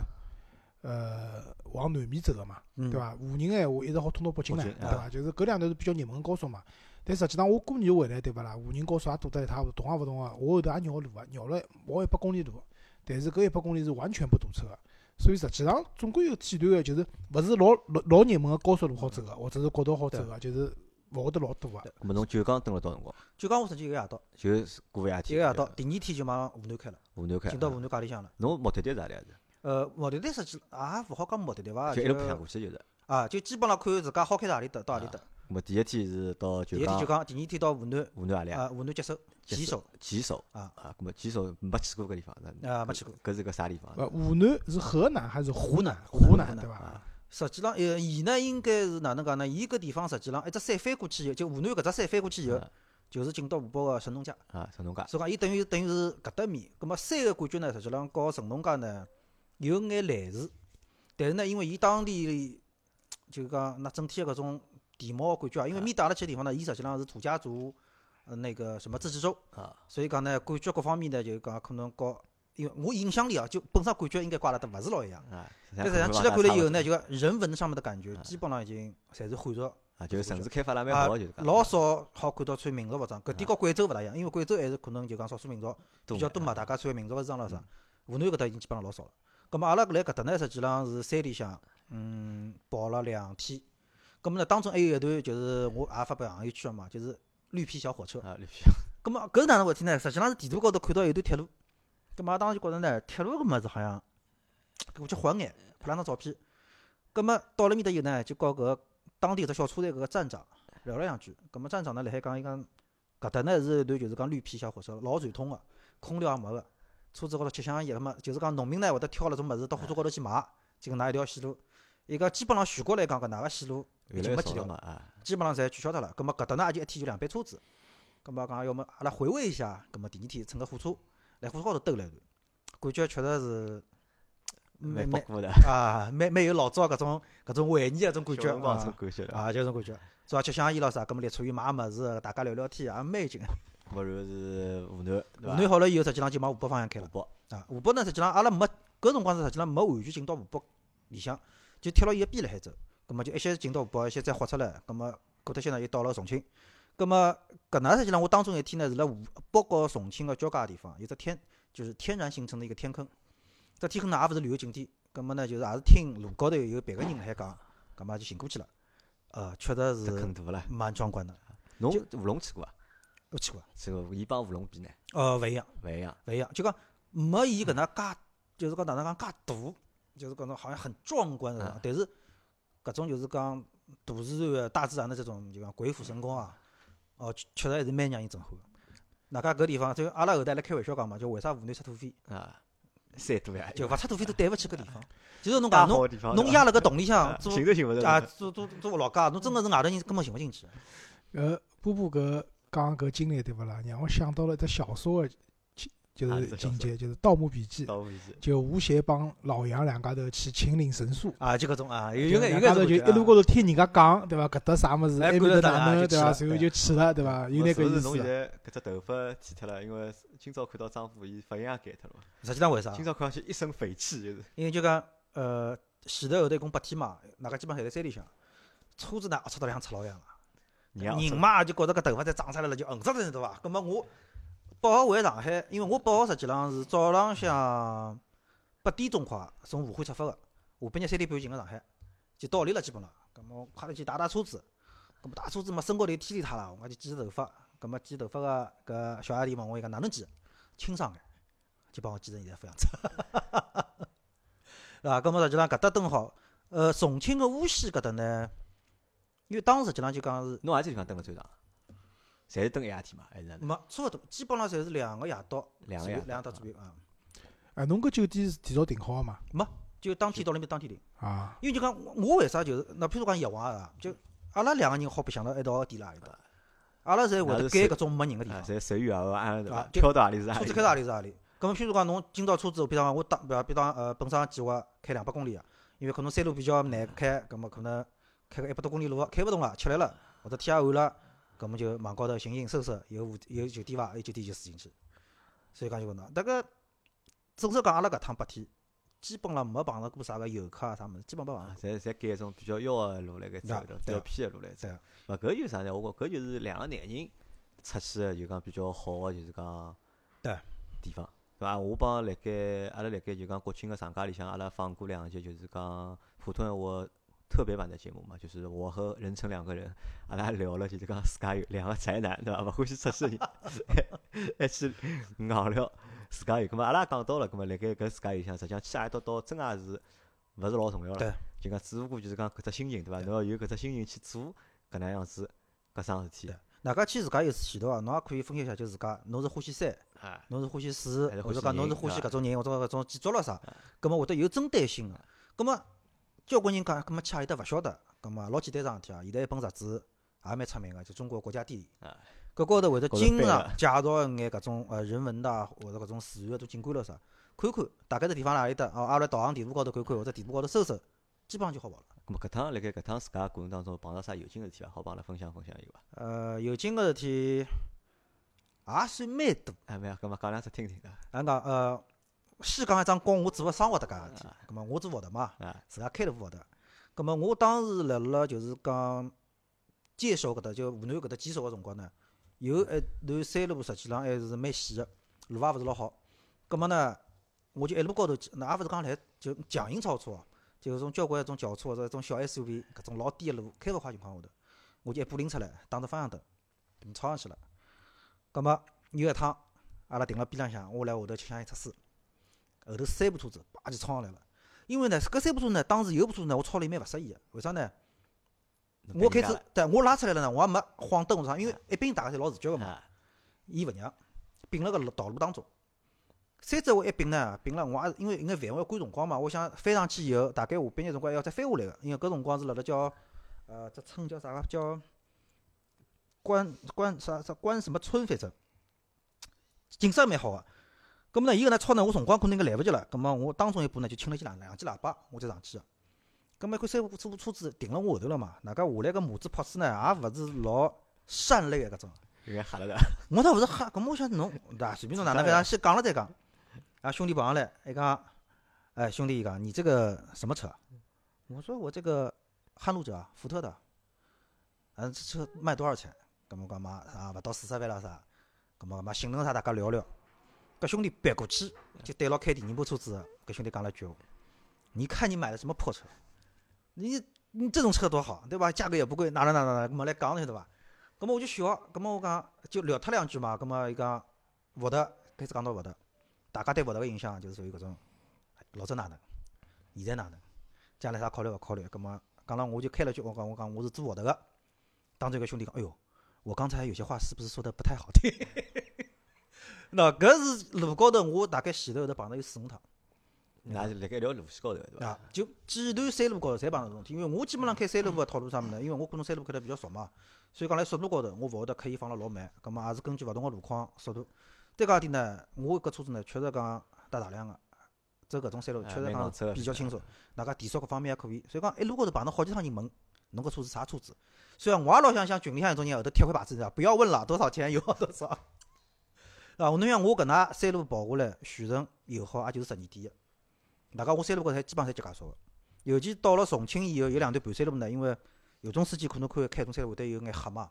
Speaker 2: 呃往南面走个嘛。
Speaker 3: 嗯
Speaker 2: 对伐？武宁闲话一直好通到北京来，
Speaker 1: 北京
Speaker 2: 对
Speaker 1: 啊
Speaker 2: 伐？就是搿两条是比较热门的高速嘛。但实际上我过年回来，对勿啦？武宁高速也堵得一塌糊涂，动也勿动啊。我后头也绕路啊，绕了跑一百公里路，但是搿一百公里是完全不堵车个。所以实际上总归有几段个，就是勿是老老老热门个高速路好走个，或者是国道好走个，就是勿会得老堵个。
Speaker 1: 咾么侬九江蹲了多少辰光？
Speaker 3: 就讲我实际一个夜到，
Speaker 1: 就是过一夜
Speaker 3: 一
Speaker 1: 天。
Speaker 3: 个夜到，第二天就马上湖南开了，
Speaker 1: 湖南开。
Speaker 3: 进到湖南家里向了。
Speaker 1: 侬目的地是何里啊？是
Speaker 3: 呃，目的地实际也勿好讲目的地伐，
Speaker 1: 就一
Speaker 3: 就
Speaker 1: 路白相过去就是。
Speaker 3: 啊，就基本上看自家好开到何里搭到何里搭。
Speaker 1: 咾么第一天是到
Speaker 3: 第
Speaker 1: 九
Speaker 3: 一天
Speaker 1: 江
Speaker 3: 就，讲，第二天到湖南，
Speaker 1: 湖南何里啊？
Speaker 3: 啊，湖南接手，
Speaker 1: 接
Speaker 3: 吉
Speaker 1: 手
Speaker 3: 首，
Speaker 1: 吉首
Speaker 3: 啊
Speaker 1: 啊，咾么吉首没去过搿地方，那
Speaker 3: 啊，没去过。
Speaker 1: 搿是个啥地方
Speaker 2: 呃，湖南是河南还是湖南？
Speaker 3: 湖
Speaker 2: 湖
Speaker 3: 南
Speaker 2: 南
Speaker 3: 湖南
Speaker 2: 对伐？
Speaker 1: 啊？
Speaker 3: 实际上，呃，伊呢应该是哪能讲呢？伊搿地方实际上一只山翻过去以后，就湖南搿只山翻过去以后，
Speaker 1: 啊
Speaker 3: 就是进到湖北个神农架。
Speaker 1: 啊，神农架
Speaker 3: 所以讲，伊等于等于是搿搭面。葛末山个感觉呢，实际上和神农架呢有眼类似，但是呢，因为伊当地
Speaker 1: 啊
Speaker 3: 就是讲那整体个搿种地貌个感觉啊，因为面搭阿拉去个地方呢，伊实际上是土家族呃那个什么自治州，
Speaker 1: 啊，
Speaker 3: 所以讲呢，感觉各方面呢，就是讲可能和因为我印象里啊，就本身感觉应该怪阿拉搭勿是老一样。
Speaker 1: 啊，
Speaker 3: 但实际上去了
Speaker 1: 了
Speaker 3: 看嗯了以后呢，就讲人文上面的感觉
Speaker 1: 啊，
Speaker 3: 基本上已经侪是汉朝，
Speaker 1: 啊，就是城
Speaker 3: 就
Speaker 1: 市开发了蛮
Speaker 3: 啊
Speaker 1: 好，就是讲
Speaker 3: 老少好看到穿民族服装。搿点和贵州勿大一样，因为贵州还是可能就讲少数民族比嗯较多嗯嘛，大家穿民族服装了啥。湖南搿搭已经基本上老少了。葛末阿拉搿来搿搭呢，实际上是山里向，嗯，跑了两天。葛末呢，当中还有一段就是我也发表朋友圈了嘛，就是绿皮小火车。
Speaker 1: 啊，绿皮
Speaker 3: 咁么搿是哪能回事体呢？实际上是地图高头看到有段铁路，咁么当时就觉着呢，铁路搿物事好像，搿我去晃眼，拍两张照片。咁么到了面搭以后呢，就告搿当地有只小车站搿个站长聊了两句。咁么站长呢，辣海讲伊讲，搿搭呢是一段就是讲绿皮小火车，老传统个，空调也没个，车子高头吃香烟，咁么就是讲农民呢会得挑了种物事到火车高头去卖，就搿能一条线路。伊讲基本上全国来讲搿能个线路
Speaker 1: 越来
Speaker 3: 已经
Speaker 1: 越
Speaker 3: 没几
Speaker 1: 少
Speaker 3: 条
Speaker 1: 了
Speaker 3: 了
Speaker 1: 嘛啊，
Speaker 3: 基本上侪取消脱了。葛末搿搭呢，也就一天就两班车子。葛末讲，要么阿拉回味一下，葛末第二天乘个火车，来火车高头兜了一段，感觉确实是
Speaker 1: 蛮
Speaker 3: 蛮
Speaker 1: 复古的，
Speaker 3: 啊，蛮蛮有老早搿种搿种怀念的搿种感
Speaker 1: 小
Speaker 3: 觉
Speaker 1: 辰光这
Speaker 3: 啊
Speaker 1: 种感觉了，
Speaker 3: 啊，就搿种感觉。主要吃香烟咯啥，葛末来出去买物事，大家聊聊天也蛮有劲。
Speaker 1: 不然是湖南，
Speaker 3: 湖 *laughs*
Speaker 1: 对
Speaker 3: 南
Speaker 1: 吧？
Speaker 3: 好了以后，实际上就往湖北方向开了
Speaker 1: 湖。北
Speaker 3: 啊，湖北呢，实际上阿拉没搿辰光是实际上没完全进到湖北里向，就贴牢伊个边辣海走，葛末就一些进到湖北，一些再划出来，葛末搿搭些呢又到了重庆，葛末搿能实际上我当中一天呢是辣湖北和重庆个交界地方，有只天就是天然形成的一个天坑，这天坑呢也勿是旅游景点，葛末呢就是也是听路高头有别个人辣海讲，葛末就寻过去了，呃，确实
Speaker 1: 这
Speaker 3: 是
Speaker 1: 坑大了，
Speaker 3: 蛮壮观的，
Speaker 1: 侬
Speaker 3: 就
Speaker 1: 舞龙去过伐？啊
Speaker 3: 我去过，
Speaker 1: 去过，伊帮舞龙比呢，
Speaker 3: 呃，勿一样。
Speaker 1: 勿一样，
Speaker 3: 勿一样，就讲没伊搿能介，就是讲哪能讲介大，就是讲侬好像很壮观的
Speaker 1: 嗯，
Speaker 3: 但是搿种就是讲大自然的大自然的这种就讲鬼斧神工啊，哦，确确实还是蛮让人震撼的。外加搿地方，就阿拉后头还辣开玩笑讲嘛，就为啥湖南出土匪，
Speaker 1: 啊，山多呀，
Speaker 3: 就勿出土匪都对勿起搿地方。就是侬
Speaker 1: 大
Speaker 3: 讲
Speaker 1: 好
Speaker 3: 侬
Speaker 1: 的地方，
Speaker 3: 侬
Speaker 1: 对吧
Speaker 3: 压辣搿洞里向
Speaker 1: 啊
Speaker 3: 做
Speaker 1: 寻都寻勿着
Speaker 3: 啊做做做老家，侬真个是外头人根本寻勿进去。
Speaker 2: 呃，波波搿讲搿经历对勿啦？让我想到了一只小说的情，就
Speaker 1: 啊一
Speaker 2: 是
Speaker 1: 只小
Speaker 2: 情
Speaker 1: 说
Speaker 2: 节，就是《盗墓笔记》，
Speaker 1: 到位置，
Speaker 2: 就吴邪帮老杨两家头去秦岭神树。
Speaker 3: 啊，就搿种啊，有有眼
Speaker 2: 两
Speaker 3: 有眼
Speaker 2: 家
Speaker 3: 是
Speaker 2: 头就
Speaker 3: 搿
Speaker 2: 一
Speaker 3: 种
Speaker 2: 路
Speaker 3: 啊
Speaker 2: 高头听人家讲，对伐？搿搭啥物事，
Speaker 3: 哎
Speaker 2: 埃面
Speaker 3: 过了
Speaker 2: 搭
Speaker 3: 哪
Speaker 2: 哪
Speaker 3: 啊就
Speaker 2: 能，对
Speaker 3: 去
Speaker 2: 伐？
Speaker 3: 了
Speaker 2: 随后
Speaker 3: 对
Speaker 2: 就去了，对伐？
Speaker 3: 啊
Speaker 2: 有
Speaker 1: 那
Speaker 2: 眼搿意
Speaker 1: 哦是
Speaker 2: 思
Speaker 1: 侬现
Speaker 2: 的。
Speaker 1: 在搿只头发剃脱了，因为今朝看到张虎，伊发型也改脱了嘛。
Speaker 3: 实际上为啥？
Speaker 1: 今朝看上去一身匪气，就是
Speaker 3: 因为就讲呃前头后头一共八天嘛，大家基本上侪在山里向，车子呢龌龊到里向赤老样啊，
Speaker 1: 人也
Speaker 3: 人
Speaker 1: 恶
Speaker 3: 嘛就觉着搿头发侪长出来了就横着了对伐？葛末我八号回上海，因为我八号实际上是早浪向八点钟快从武汉出发个，下半日三点半进个上海，就到屋里了基本上。葛末我快点去汏汏车子，葛末汏车子嘛身高头天里塌啦，我讲就剪头发，葛末剪头发个搿小阿弟问我伊讲哪能剪，清爽眼，就帮我剪成现在副样子。 *laughs* 对伐？咁么实际上搿搭更好。呃，重庆个无锡搿搭呢，因为当时实际上就讲是
Speaker 1: 侬何几地方蹲了最长？侪是蹲一夜天嘛，还是哪能？
Speaker 3: 没差勿多，基本上侪是两个夜到，
Speaker 1: 两个
Speaker 3: 左
Speaker 1: 夜
Speaker 3: 右
Speaker 1: 头
Speaker 3: 两个到左右啊。
Speaker 2: 哎，侬搿酒店是提早订好个嘛？
Speaker 3: 就当天到了面当天定，
Speaker 2: 啊，
Speaker 3: 因为就讲我我为啥就是，那譬如讲夜晚啊，就阿拉两个人好白相到一道点啦，一道，阿拉侪会
Speaker 1: 呃那是
Speaker 3: 得改
Speaker 1: 谁
Speaker 3: 搿种没人个地
Speaker 1: 啊，
Speaker 3: 方，
Speaker 1: 侪随遇而安对伐
Speaker 3: 啊？就
Speaker 1: 飘到何里是何
Speaker 3: 车
Speaker 1: 里。
Speaker 3: 子开到何里是何里。咁么譬如讲侬今朝车子，比方讲我当，比方比方呃，本身计划开两百公里啊，因为可能山路比较难开，咁么可能开个一百多公里路啊开勿动了，吃力了，或者天也暗了，咁么就网高头寻寻搜搜，有五有酒店伐？有酒店就住进去。所以讲就搿能，迭个总说讲阿拉搿趟八天，基本浪没碰着过啥个游客啊啥物事，基本没碰
Speaker 1: 啊
Speaker 3: 着。
Speaker 1: 侪侪改一种比较腰个路来搿走
Speaker 3: 啊
Speaker 1: 的，比
Speaker 3: 对
Speaker 1: 较
Speaker 3: 啊
Speaker 1: 偏个路来走
Speaker 3: 对啊。
Speaker 1: 勿搿就是啥呢？我觉搿就是两个男人出去个就讲比较好个，就是讲
Speaker 3: 对
Speaker 1: 地方。对伐？我帮辣盖阿拉辣盖就讲国庆个长假里向，阿拉放过两节就是讲普通话特别版的节目嘛，就是我和任成两个人，阿拉聊了就是讲自家有两个宅男对伐？勿欢喜出去的人 *laughs* 还还去硬聊自家有。咁么阿拉也讲到了，咁么辣盖搿自家有里向，实际上去阿里搭到真个是勿是老重要了
Speaker 3: 对。
Speaker 1: 就讲只不过就是讲搿只心情对伐？侬要有搿只心情去做搿能样子搿桩事体
Speaker 3: 对大家去自家有前途啊，侬也可以分析一下，就自家侬是欢喜山，
Speaker 1: 啊。
Speaker 3: 侬是欢喜水
Speaker 1: 还是，
Speaker 3: 或者
Speaker 1: 欢
Speaker 3: 讲
Speaker 1: 喜啊
Speaker 3: 侬是
Speaker 1: 人
Speaker 3: 欢喜
Speaker 1: 对
Speaker 3: 搿种人，或者搿种建筑咯啥，
Speaker 1: 啊
Speaker 3: 葛末会得有针对性个。葛末交关人讲，哎葛末去阿里搭勿晓得，葛末老简单桩事体啊。现在一本杂志也蛮出名个，就《中国国家地理
Speaker 1: 啊》，
Speaker 3: 搿高头会得
Speaker 1: 高头啊
Speaker 3: 经
Speaker 1: 翻
Speaker 3: 常
Speaker 1: 了
Speaker 3: 介绍一眼搿种呃人文的啊或者搿种自然的都景观咯啥，看看大概是地方辣何里搭，哦，阿拉导航地图高头看看，或者地图高头搜搜，基本上就好跑了。
Speaker 1: 咁么搿趟辣盖搿趟自家过程当中碰到啥有劲事体伐？好帮阿拉分享分享有伐？
Speaker 3: 呃，有劲个事体，也算蛮多。
Speaker 1: 哎，没有，搿么讲两只听听啊。
Speaker 3: 俺讲呃，先讲一桩跟我自个生活搭界个事体。葛末我做服务的嘛
Speaker 1: 啊，
Speaker 3: 自家开了服务的。葛末我当时辣辣就是讲坚守搿搭，就湖南搿搭坚守个辰光呢，有一段山路实际上还是蛮险个，路也勿是老好。葛末呢，我就一路高头，那也勿是讲来就强行超车哦，就是种交关一种轿车或者一种小 SUV 搿种老低个路开勿快情况下头，我就一步拎出来，打着方向灯，嗯，超上去了。葛末有一趟。阿拉停辣边浪向，我来后头吃香烟测试，后头三部车子叭就冲上来了。因为呢，搿三部车呢，当时有部车呢，我超了伊蛮勿适意个，为啥呢？
Speaker 1: 侬
Speaker 3: 我
Speaker 1: 被
Speaker 3: 开
Speaker 1: 人
Speaker 3: 始
Speaker 1: 家
Speaker 3: 对我拉出来了呢，我也没晃灯或啥，因为一般大家侪老自觉个嘛，
Speaker 1: 啊，
Speaker 3: 伊勿让，并辣搿道路当中。三只我一并呢，并了我也是因为应该饭碗赶辰光嘛，我想翻上去以后，大概下半日辰光还要再翻下来个，因为搿辰光是辣辣叫呃，这村叫啥个叫关关啥啥关什么村，反正景色蛮好个、咁么呢，伊搿能超呢，我辰光可能应该来勿及了。咁么我当中一步呢，就清了记两两记喇叭，我再上去个。咁么一看三部车车子停了我后头了嘛，外加下来个马子拍子呢，也勿是老善类个搿种。
Speaker 1: 应该吓了的。
Speaker 3: 我倒勿是吓，搿么我想侬，对伐？随便侬哪能
Speaker 1: 自
Speaker 3: 办，先讲了再讲。啊，兄弟跑上来，伊讲，哎，兄弟，伊讲你这个什么车？我说我这个撼路者啊，福特的。嗯，这车卖多少钱？搿么讲嘛，啊，勿到四十万了啥？搿么嘛，性能啥大家聊聊。搿兄弟别过去，就对牢开第二部车子的，搿兄弟讲了一句话：“你看你买的什么破车？你你这种车多好，对吧？价格也不贵，哪哪哪哪哪，搿么来讲晓得伐？”咁么我就笑，咁么我讲就聊脱两句嘛，咁么伊讲福特开始讲到福特，大家对福特个印象就是属于搿种老早哪能，现在哪能，将来啥考虑勿考虑？咁么讲了我就开了句，我讲我讲我是做福特个，当中一个兄弟讲，哎哟，我刚才有些话是不是说的不太好听？ *laughs* 那搿是路高头，我大概前头后头碰到有四五趟。
Speaker 1: 那就辣盖一条路线高头，对伐？嗯
Speaker 3: 啊，就几段山路高头侪碰到搿种事体，因为我基本上开山路个套路啥物事呢？因为我可能山路开得比较熟嘛，所以讲辣速度高头我勿会得刻意放了老慢，葛末也是根据勿同个路况速度。再讲一点呢，我搿车子呢确实讲带大量个，走搿种山路
Speaker 1: 啊
Speaker 3: 确实
Speaker 1: 蛮
Speaker 3: 讲
Speaker 1: 能走个
Speaker 3: 比
Speaker 1: 是啊
Speaker 3: 较
Speaker 1: 吧
Speaker 3: 清爽，大家提速各方面也可以。所以讲一哎路高头碰到好几趟人问，侬搿车是啥车子？虽然我也老想像群里向有种人后头贴块牌子是吧？不要问了，多少钱有多少。 *laughs* 啊，侬像我搿能山路跑下来，全程友好啊也就是十二点一。大家我山路高头侪基本上侪结界索个，尤其到了重庆以后，有两段盘山路呢，因为有种司机可能看开种山路会得有眼黑嘛，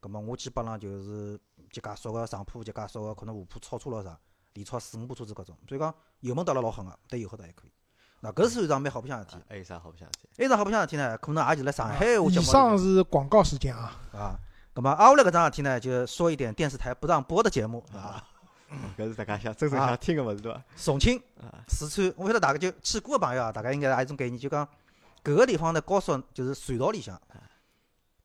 Speaker 3: 葛末我基本上就是结界索个上坡、结界索个可能下坡超车咯啥，连超四五部车子搿种，所以讲油门打了老狠个，对油耗倒还可以。那搿是一桩蛮好白相的事体。
Speaker 1: 还有啥好白相
Speaker 3: *coughs*
Speaker 1: 事体？
Speaker 3: 还有一桩好白相的事体呢，可能也就辣上海
Speaker 2: 哎
Speaker 3: 我
Speaker 2: 啊以
Speaker 3: 节目
Speaker 2: 上是广告时间啊，
Speaker 3: 啊。葛末挨下来搿桩事体呢，就说一点电视台不让播的节目啊。
Speaker 1: 搿是大家想真正想听个物事，对伐？
Speaker 3: 重庆
Speaker 1: 啊、
Speaker 3: 四川，我勿晓得大家就去过个朋友啊，大家应该也有一种概念，就讲搿个地方的高速就是隧道里向，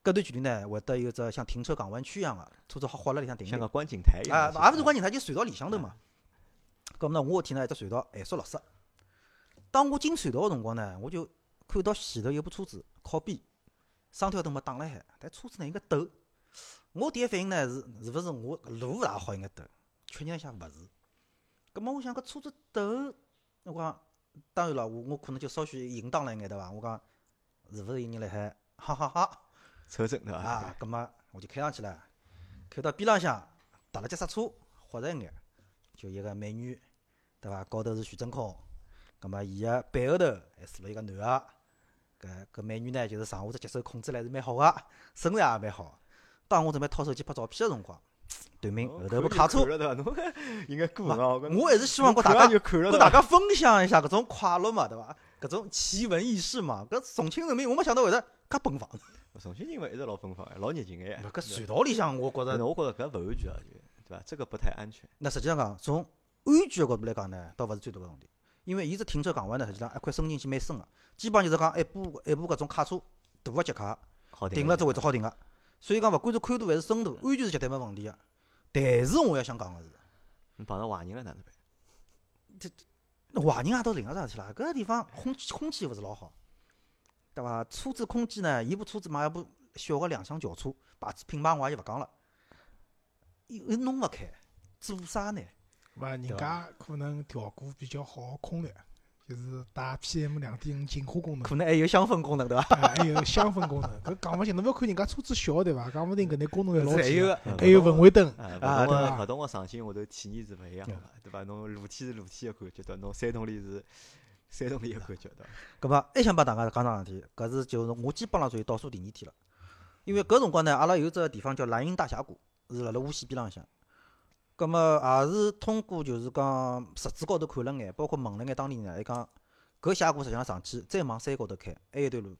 Speaker 3: 搿段距离呢会得有只像停车港湾区一样个、车子好滑辣里向停一
Speaker 1: 像
Speaker 3: 停
Speaker 1: 个观景台一
Speaker 3: 啊
Speaker 1: 样，的。
Speaker 3: 也勿是关键，它就隧道里向头嘛。搿么呢，我天呢一只隧道限速六十。当我进隧道个辰光呢，我就看到前头有部车子靠边，双条灯没打了海，但车子呢应该抖。我第一反应呢是是勿是我路勿大好应该抖？确认一下勿是。搿么我想搿车子抖，我讲当然了，我我可能就稍许淫荡了一眼对伐？我讲是勿是有人辣海哈哈哈
Speaker 1: 抽证对伐？
Speaker 3: 啊，葛么我就开上去了，开到边浪向踏了脚刹车，豁然一眼，就一个美女，对伐？高头是徐真空，葛么伊个背后头还坐了一个男个，搿搿美女呢，就是上下只节奏控制了还是蛮好个，身材也蛮好。当我准备掏手机拍照片个辰光，对
Speaker 1: 哦
Speaker 3: 面后头部卡车，
Speaker 1: 了对伐？侬 *laughs* 搿应该过啊！我
Speaker 3: 我还是希望跟大
Speaker 1: 看
Speaker 3: 家
Speaker 1: 就看了
Speaker 3: 跟
Speaker 1: 对
Speaker 3: 大
Speaker 1: 伐？
Speaker 3: 家分享一下搿种快乐嘛，对伐？搿种奇闻异事嘛，搿重庆人民我没想到会得介奔放。
Speaker 1: 重庆人嘛一直老奔放，老热情哎。
Speaker 3: 搿隧道里向，我觉着
Speaker 1: 那我觉着搿勿安全啊，就对伐？这个不太安全。
Speaker 3: 那实际上讲，从安全个角度来讲呢，倒勿是最大个问题，因为伊只停车港湾呢，实际上一块伸进去蛮深个，基本上就是讲一部一部搿种卡车大个脚卡
Speaker 1: 好点
Speaker 3: 停了只位置好停个，所以讲勿管是宽度还是深度，安全是绝对没问题个。但是我要想讲个是，
Speaker 1: 你碰到坏人了哪能办？
Speaker 3: 那坏人也到另外一桩事体啦，搿个地方空气空气勿是老好，对伐？车子空间呢，伊部车子买一部小个两厢轿车，牌子品牌我也就勿讲了，伊又弄勿开，做啥呢？
Speaker 2: 嘛，人家可能调过比较好个空调，就是带 PM 两点五净化功能。
Speaker 3: 可能还有香氛功能对伐？
Speaker 2: 啊，还有香氛功能，搿讲勿清，侬勿要看人家车子小对伐？讲勿定搿眼功能还老
Speaker 3: 还
Speaker 2: 强
Speaker 3: 有啊个，
Speaker 2: 还有氛围灯，
Speaker 1: 哎，
Speaker 3: 啊
Speaker 1: 勿同
Speaker 2: 对
Speaker 1: 个
Speaker 2: 吧
Speaker 1: 勿同个场景下头体验是勿一样个嘛，对伐？侬露天是露天个感觉，对伐？侬山洞里是山洞里个感觉，对伐？
Speaker 3: 搿么还想帮大家讲桩事体，搿是就是我基本上属于倒数第二天了，因为搿辰光呢，阿拉有只地方叫蓝鹰大峡谷，是辣辣无锡边浪向。搿么也是通过就是讲实质高头看了眼，包括问了眼当地人，伊讲搿峡谷实际上上去再往山高头开，还有一段路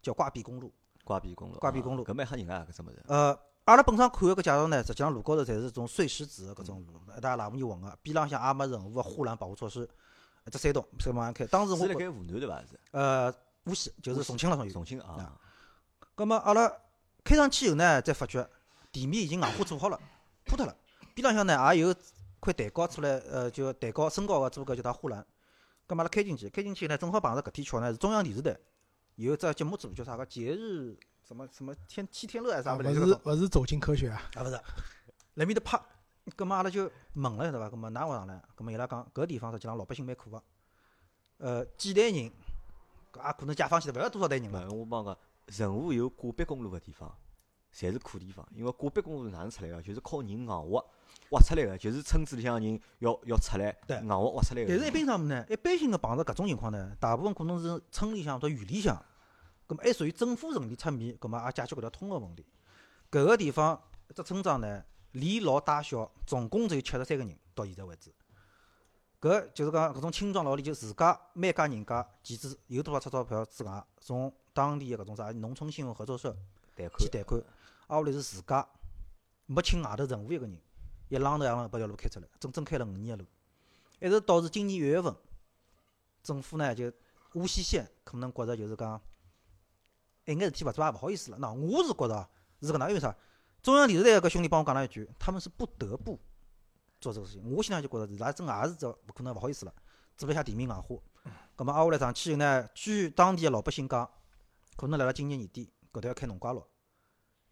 Speaker 3: 叫挂壁公路。
Speaker 1: 挂壁公路，
Speaker 3: *laughs* 挂壁
Speaker 1: 啊
Speaker 3: 公路
Speaker 1: 搿蛮吓人啊，搿只物事。
Speaker 3: 呃，阿拉本身看的搿介绍呢，实际上路高头侪是种碎石子的搿种路，一大垃圾混个，边浪向也没任何个护栏保护措施，一只山洞山往上开。当时
Speaker 1: 是辣
Speaker 3: 我觉
Speaker 1: 盖湖南对伐？是
Speaker 3: 呃无锡就
Speaker 1: 无
Speaker 3: 是
Speaker 1: 锡
Speaker 3: 重庆了，属于。
Speaker 1: 重庆啊
Speaker 3: 啊，葛么阿拉开上去以后呢，才发觉地面已经硬化做好了， *coughs* 铺脱了。边浪向呢也有块蛋糕出来，呃，就蛋糕升高个做搿叫它护栏。葛么阿拉开进去，开进去呢正好碰着搿天巧呢是中央电视台有一只节目组叫啥个节日什么什么天七天乐还是啥物
Speaker 2: 勿
Speaker 3: 事？
Speaker 2: 啊是勿是走进科学啊，
Speaker 3: 啊，勿是，辣面搭拍，葛末阿拉就问了对伐？葛末㑚学堂呢？葛末伊拉讲搿地方实际上老百姓蛮苦个，呃，几代人，也可能解放前头勿晓得多少代人了。
Speaker 1: 勿，我帮侬讲，任何有挂壁公路个地方，侪是苦地方，因为挂壁公路是哪能出来个？就是靠人硬挖挖出来个，就是村子里向人要要出来
Speaker 3: 对
Speaker 1: 硬挖挖出来个。
Speaker 3: 但是一般上面呢，一般性个碰着搿种情况呢，大部分可能是村里向或者县里向，葛末还属于政府层面出面，葛末也解决搿条通个问题。搿个地方一只村庄呢，连老带小，总共只有七十三个人，到现在为止。搿就是讲搿种青壮劳力，就自家每家人家，其次有多少出钞票之外，从当地个搿种啥农村信用合作社
Speaker 1: 贷款
Speaker 3: 去贷款，挨下来是自家没请外头任何一个人，一浪头一浪头把条路开出来，整整开了五年的路，一直到是今年一月份，政府呢就无锡县可能觉着就是讲，一眼事体勿做也勿好意思了。那我是觉着啊是搿能，因为啥？中央电视台搿兄弟帮我讲了一句，他们是不得不做这个事情。我现在就觉着，伊拉真个也是这勿可能勿好意思了，做了一下地面硬化。葛末挨下啊来上去以后呢，据当地个老百姓讲，可能辣辣今年年底搿搭要开农家乐，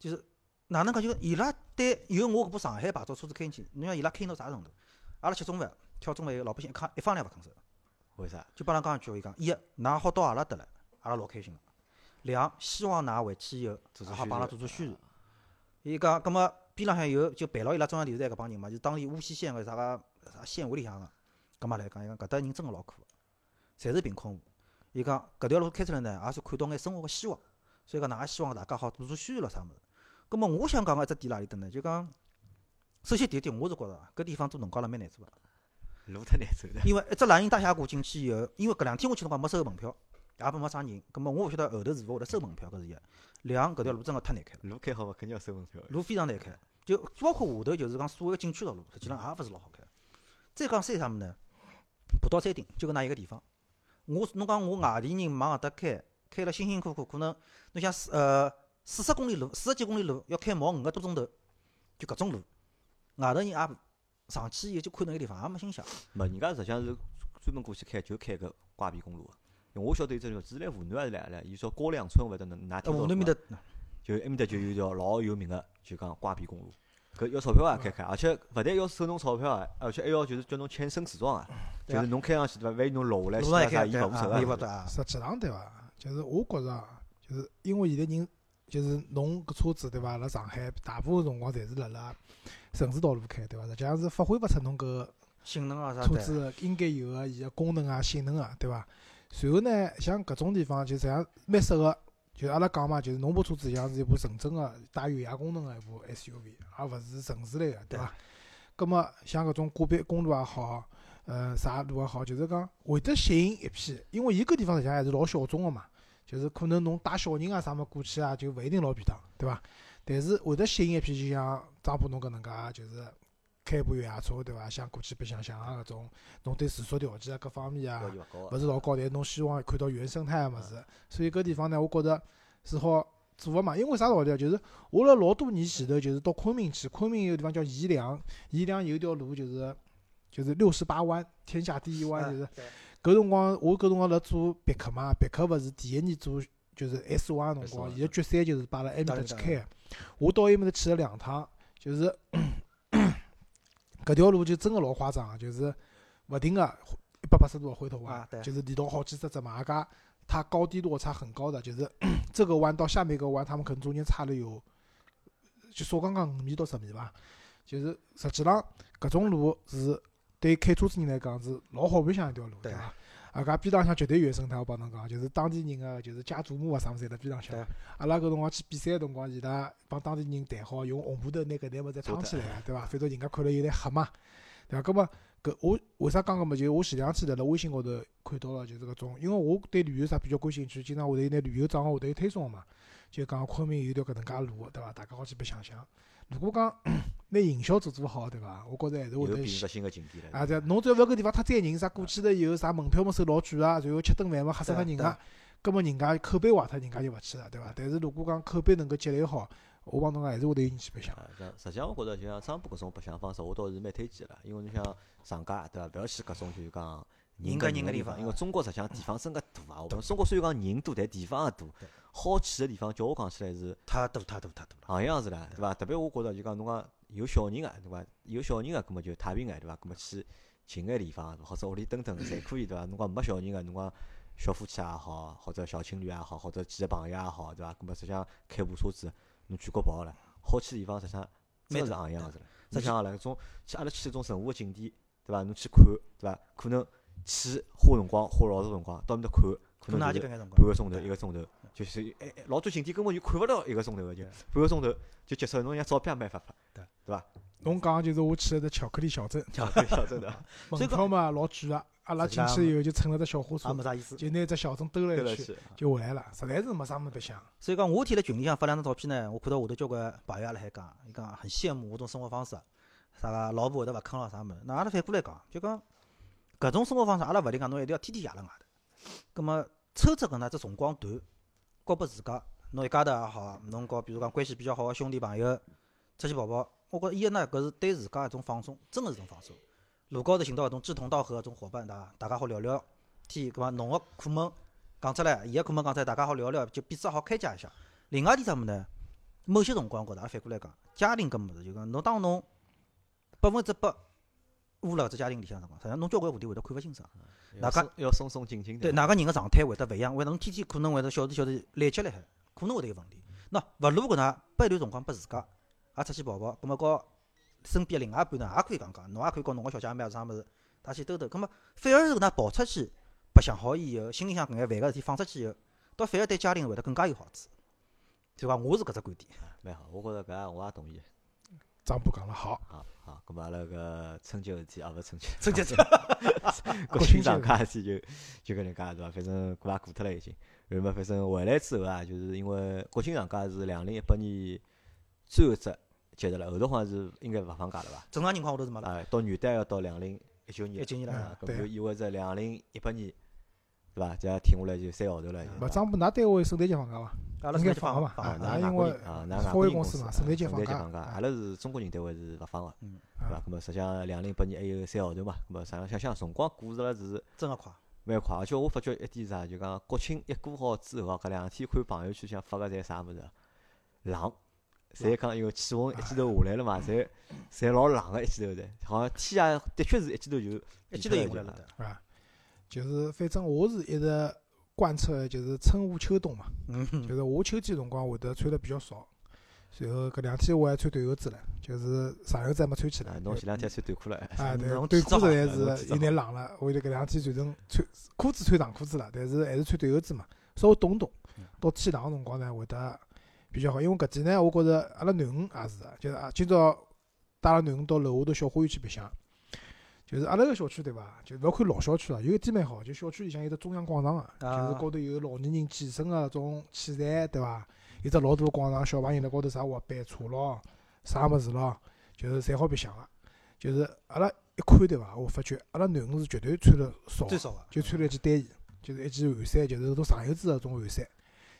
Speaker 3: 就是哪能讲？就是伊拉对有我搿部上海牌照车子开进去，侬想伊拉开到啥程度？阿拉吃中饭，挑中饭以后，老百姓一看一方两勿吭声，
Speaker 1: 为啥？
Speaker 3: 就帮伊拉讲一句，伊讲一，㑚好到阿拉搭来，阿拉老开心个。两，希望㑚回去以后
Speaker 1: 做
Speaker 3: 也
Speaker 1: 做
Speaker 3: 好帮阿拉做做
Speaker 1: 宣
Speaker 3: 宣
Speaker 1: 传
Speaker 3: 传。伊讲，葛末边浪向有就陪牢伊拉中央电视台搿帮人嘛，就当地无锡县个啥个啥县委里向个，葛末来讲，伊讲搿搭人真个老苦个，侪是贫困户。伊讲搿条路开出来呢，也算看到眼生活个希望，所以讲㑚也希望大家好做做宣传咯啥物事。葛末我想讲个一只点辣何里搭呢？就讲，首先第一点，我是觉着啊搿地方做农家乐蛮难做个。
Speaker 1: 路太难走的。
Speaker 3: 因为一只蓝鹰大峡谷进去以后，因为搿两天我去辰光没收门票，也没啥人，葛末我勿晓得后头是勿会得收门票搿是一。两搿条路真个太难开了，
Speaker 1: 路开好嘛，肯定要收门票的。
Speaker 3: 路非常难开，就包括下头就是讲所谓景区道路，实际上也勿是老好开。再讲山啥物事呢？步道山顶就搿能一个地方。我侬讲我外地人往搿搭开，开了辛辛苦苦，可能侬想四呃四十公里路，四十几公里路要开毛五个多钟头，就搿种路，外头人也上去以后就看那个地方也没心想。
Speaker 1: *laughs* 没，人家实际上是专门过去开，就开搿挂壁公路的。因为我晓得有只叫，只是辣湖南还是辣哪里，伊叫高粱村，勿晓得能哪
Speaker 3: 呃，
Speaker 1: 听到
Speaker 3: 我那
Speaker 1: 过
Speaker 3: 面
Speaker 1: 伐
Speaker 3: 搭
Speaker 1: 就埃面搭就有一条老有名个，就讲挂壁公路，搿要钞票也啊开开，而且勿但要收侬钞票啊，而且还要就是叫侬签生死状啊，
Speaker 3: 对
Speaker 1: 就是侬开上去对伐？万一侬落下来，
Speaker 3: 路
Speaker 1: 死
Speaker 3: 上
Speaker 1: 了
Speaker 3: 也开
Speaker 1: 啥
Speaker 3: 对
Speaker 1: 伊勿
Speaker 3: 啊
Speaker 1: 负责
Speaker 3: 伊
Speaker 1: 啊
Speaker 3: 勿得啊。
Speaker 2: 实际上对伐？就是我觉着啊，就是因为现在人就是侬搿车子对伐？辣上海大部分辰光侪是辣辣城市道路开对伐？实际上是发挥勿出侬搿
Speaker 3: 性能啊啥
Speaker 2: 车
Speaker 3: 的，
Speaker 2: 子应该有个伊个功能啊、性能啊，对伐？然后呢，像搿种地方就实际上蛮适合，就阿拉讲嘛，就是侬部车子实际上是一部纯正个带有夜功能个一部 SUV，而勿是城市类个，对伐？葛末像搿种个别公路也好，呃，啥路也好，就是讲会得吸引一批，因为伊搿地方实际上还是老小众个嘛，就是可能侬带小人啊啥么过去啊，就勿一定老便当，对伐？但是会得吸引一批，就像张浦侬搿能介，啊就是开部越野车，对伐？像过去白相相啊搿种，侬对住宿条件啊各方面啊
Speaker 1: 要，求勿高啊。
Speaker 2: 勿是老高，但是侬希望看到原生态个物事，所以搿地方呢，我觉着是好做个嘛。因为啥道理啊？就是我辣老多年前头，就是到昆明去，昆明有个地方叫宜良，宜良有一条路就是就是六十八弯，天下第一
Speaker 3: 哎
Speaker 2: 弯，就是搿辰光我搿辰光辣做别克嘛，别克勿是第一年做就是 S 弯辰
Speaker 1: S1
Speaker 2: 光，伊个决赛就是摆辣埃面
Speaker 3: 当
Speaker 2: 搭
Speaker 3: 然
Speaker 2: 去
Speaker 3: 当然
Speaker 2: 开个，我到埃面搭去了两趟，就是。搿条路就真个老夸张啊，就是勿停个，一百八十度的回头弯，
Speaker 3: 啊对
Speaker 2: 就是里头好几只只马嘎，它高低落差很高的，就是 *coughs* 这个弯到下面一个弯，他们可能中间差了有，就说刚刚五米到十米吧，就是实际上搿种路是对开车子人来讲是老好白相一条路，
Speaker 3: 对
Speaker 2: 伐？啊，搿边浪向绝对有生态，我帮侬讲，就是当地人个，就是家祖母啊啥物事侪辣边浪向
Speaker 3: 对。
Speaker 2: 阿拉搿辰光去比赛个辰光，伊拉帮当地人谈好，用红布头拿搿台物
Speaker 1: 做
Speaker 2: 事撑
Speaker 1: 的
Speaker 2: 起来啊，对伐？反正人家看了有点黑嘛，对伐？搿么搿我为啥讲搿么？就是我前两天辣辣微信高头看到了，就是搿种，因为我对旅游啥比较感兴趣，经常会得有眼旅游账号会得有推送个嘛，就讲昆明有条搿能介路，对伐？大家好去白相相。如果讲 *clears throat* 拿营销做做好，对伐？我觉着还是
Speaker 1: 又
Speaker 2: 会
Speaker 1: 变
Speaker 2: 得
Speaker 1: 成一个新的景点
Speaker 2: 啊，
Speaker 1: 了。
Speaker 2: 对，侬只要勿要搿地方太宰人，啥过去了以后，啥门票么收老贵啊，然后吃顿饭么吓死脱人
Speaker 3: 对啊
Speaker 2: 家，葛么人家口碑坏脱，人家就勿去了，对伐？但是如果讲口碑能够积累好，我帮侬讲还是会得有人去白相。
Speaker 3: 嗯
Speaker 1: 啊，像实际上我觉着就像张浦搿种白相方式，我倒是蛮推荐的，因为侬像上家对伐？勿要去搿种就是讲
Speaker 3: 人
Speaker 1: 跟
Speaker 3: 跟
Speaker 1: 人个
Speaker 3: 人的地
Speaker 1: 地
Speaker 3: 方
Speaker 1: 因为
Speaker 3: 啊
Speaker 1: 中国实际上地方真个大啊。我们中国虽然讲人多，但地方也大
Speaker 3: 对，
Speaker 1: 好去的地方，叫我讲起来是
Speaker 3: 太多太多太多了。
Speaker 1: 行样子啦，对伐？特别我觉着就讲侬讲有小人个，对伐？有小人个，啊葛么就太平眼，对伐？葛么去近眼地方，啊或者屋里蹲蹲侪可以，对伐？侬讲没小人个，啊侬讲小夫妻也好，或者小情侣也好，或者几个朋友也好，对伐？葛么实际上开部车子，侬全国跑了，好去地方实际上真的是行样子了。
Speaker 3: 对
Speaker 1: 侬想阿拉种去阿拉去种任何个景点，对伐？侬去看，对伐？可能去花辰光，花老多辰光，到面搭看，可
Speaker 3: 可能
Speaker 1: 能
Speaker 3: 也
Speaker 1: 就
Speaker 3: 就是搿眼辰
Speaker 1: 半
Speaker 3: 光。
Speaker 1: 个钟头，一个钟头，就是哎哎，老多景点根本就看勿到一个钟头个，就半个钟头就结束了，侬像照片也没法拍，
Speaker 2: 侬讲就是我去了只巧克力小镇，
Speaker 1: 小镇啊的，
Speaker 2: 门票嘛老贵个，阿拉进去以后就乘了只小火
Speaker 3: 也
Speaker 2: 车
Speaker 3: 啊没，啥意思。
Speaker 2: 就拿只小镇兜了
Speaker 1: 对
Speaker 2: 一
Speaker 1: 了
Speaker 2: 圈，
Speaker 1: 去，
Speaker 2: 就回来了，实在是没啥么白相。
Speaker 3: 所以讲，我天辣群里向发两张照片呢，我看到下头交关朋友也辣海讲，伊讲很羡慕我种生活方式，啥个老婆会得勿坑了啥物事。那阿拉反过来讲，就讲搿种生活方式，阿拉勿一定讲侬一定要天天夜辣外头。葛末抽出搿能只辰光段，交拨自家，侬一家头也好，侬搞比如讲关系比较好个兄弟朋友出去跑跑，我觉着伊个呢搿是对自家一种放松，真个是一种放松。路高头寻到搿种志同道合搿种伙伴，大家大家好聊聊天，搿么侬个苦闷讲出来，伊个苦闷讲出来，大家好聊聊，就彼此好开解一下。另外一点啥物事呢？某些辰光高头，阿拉反过来讲，家庭搿物事就讲，侬当侬百分之百窝辣搿只家庭里向的辰光，实际上侬交关话题会得看勿清爽。
Speaker 1: 要松要松松紧紧
Speaker 3: 对，
Speaker 1: 的，
Speaker 3: 哪个人个状态会得勿一样，会得侬天天可能会得小事小事累积来海，可能会得有问题。喏，勿如搿能拨一段辰光拨自家，也出去跑跑，葛末和身边的另外一半呢，也可以讲讲，侬也可以跟侬个小姐妹啊啥物事，大家去兜兜。葛末反而是搿能跑出去，白相好以后，心里向搿眼烦个事体放出去以后，倒反而对家庭会得更加有好处。对伐？我是搿只观点。
Speaker 1: 蛮好，我觉着搿我也同意，
Speaker 2: 张浦讲了好，
Speaker 1: 好好，咁阿拉搿春节事体啊，勿是
Speaker 3: *laughs*
Speaker 1: 春节，
Speaker 3: 春节
Speaker 1: 国庆长假事体就 *laughs* 就搿能介对伐？反正过也过脱了已经，然后嘛，反正回来之后啊，就是因为国庆长假是两零一八年最后一只节日了，后头好像是应该勿放假了伐？
Speaker 3: 正常情况下头是没了。
Speaker 1: 啊，到元旦要到两零一九年了，
Speaker 3: 19年了
Speaker 1: 啊
Speaker 2: 嗯
Speaker 1: 搿
Speaker 2: 对
Speaker 1: 就意味着两零一八年，对伐？这样停下来就三个号头了已
Speaker 3: 嗯
Speaker 1: 经。
Speaker 2: 勿张浦㑚单位圣诞节放假伐？
Speaker 3: 阿拉
Speaker 2: 应该
Speaker 3: 是搿就放
Speaker 2: 放
Speaker 3: 了
Speaker 2: 了
Speaker 1: 啊，
Speaker 3: 放了
Speaker 2: 啊
Speaker 1: 㑚外
Speaker 2: 因
Speaker 1: 国
Speaker 2: 为
Speaker 1: 人啊，㑚
Speaker 2: 华
Speaker 1: 外国
Speaker 2: 为
Speaker 1: 人
Speaker 2: 公
Speaker 1: 公
Speaker 2: 司
Speaker 1: 司
Speaker 2: 嘛
Speaker 1: 啊
Speaker 2: 圣诞节
Speaker 1: 圣
Speaker 2: 放
Speaker 1: 诞节
Speaker 2: 假
Speaker 1: 放假，
Speaker 2: 啊
Speaker 1: 阿拉是中国人单位是勿放个，
Speaker 3: 嗯，
Speaker 1: 对伐
Speaker 2: 啊？
Speaker 1: 咁么实际上两零一八年还有三个号头嘛，咁么实际上想想辰光过去了是
Speaker 3: 真个快。
Speaker 1: 蛮快，而且我发觉一点是啥，就讲国庆一过好之后啊，搿两天看朋友圈像发个侪啥物事啊，冷，侪讲因为气温一记头下来了嘛，侪侪老冷个一记头侪，好像天也的确是一记头就
Speaker 3: 一记头
Speaker 1: 变
Speaker 3: 赢
Speaker 1: 脱
Speaker 3: 下来
Speaker 1: 了
Speaker 3: 了
Speaker 1: 就
Speaker 3: 的。
Speaker 2: 啊，就是反正我是一直贯彻就是春夏秋冬嘛，就
Speaker 3: 嗯，
Speaker 2: 是我秋季辰光会得穿得比较少，然后搿两天我还穿短袖子了，就是上袖子还没穿起来
Speaker 1: 啊，。侬前两天穿短裤了，
Speaker 2: 啊，对，
Speaker 3: 侬
Speaker 2: 短
Speaker 3: 体质
Speaker 2: 裤
Speaker 3: 好
Speaker 2: 实
Speaker 1: 侬
Speaker 2: 在
Speaker 1: 体
Speaker 2: 是
Speaker 1: 质
Speaker 2: 有点冷了，我就搿两天转成穿裤子穿长裤子了，但是还是穿短袖子嘛，稍微冻冻
Speaker 3: 嗯。
Speaker 2: 到天冷个辰光呢，会得比较好，因为搿点呢，我觉着阿拉囡恩也是的，就是啊，今朝带了囡恩到楼下头小花园去白相。就是阿拉个小区对伐？就勿要看老小区啊，有一点蛮好，就小区里向有只中央广场啊，
Speaker 3: 啊
Speaker 2: 就是高头有老年人健身个种器材对伐？有只老大个广场，小朋友辣高头啥滑板车咯，啥物事咯，就是侪好白相个。就是阿拉一看对伐？我发觉阿拉囡恩是绝对穿了少的
Speaker 3: 最，少个。啊
Speaker 2: 就穿了一件单衣，就是一件汗衫，就是搿种长袖子的搿种汗衫。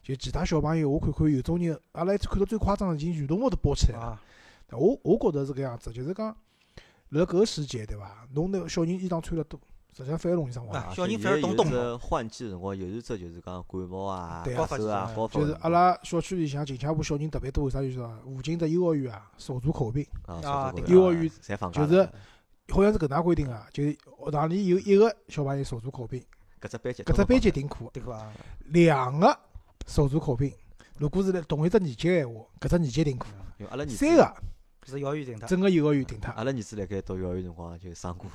Speaker 2: 就其他小朋友，我看看有种人，阿拉一看到最夸张的，已经全动物都包起来了。
Speaker 3: 啊，
Speaker 2: 我我觉着是搿样子，就是讲辣搿个时节对伐？侬那个小人衣裳穿了多，实际上反而容易上火
Speaker 3: 啊。
Speaker 1: 啊
Speaker 3: 小
Speaker 1: 就
Speaker 3: 人反而
Speaker 1: 现在有
Speaker 3: 懂懂
Speaker 1: 一只换季辰光，有一只就是讲感冒啊、
Speaker 2: 对
Speaker 1: 咳
Speaker 2: 啊
Speaker 1: 嗽啊、高发的
Speaker 2: 就是
Speaker 1: 辰
Speaker 2: 阿
Speaker 1: 光
Speaker 2: 拉小区里向近腔部小人特别多，为啥就是说附近的幼儿园啊，手足口病，
Speaker 1: 啊
Speaker 3: 啊
Speaker 1: 手足
Speaker 3: 对
Speaker 1: 口
Speaker 2: 幼儿
Speaker 1: 啊
Speaker 2: 园
Speaker 1: 侪放假
Speaker 2: 就
Speaker 1: 了
Speaker 2: 是好像是搿能介规定个，就是学堂里有一个小朋友受做考评，
Speaker 1: 搿只班级，
Speaker 2: 搿只班级，停课，
Speaker 3: 对伐？
Speaker 2: 两个受做考评。如果是辣同一只年级个闲话，搿只年级停课，
Speaker 1: 因为阿拉儿子
Speaker 2: 三个啊
Speaker 3: 是幼儿园停脱，
Speaker 2: 整个幼儿园停脱。
Speaker 1: 阿拉儿子辣盖读幼儿园辰光就生过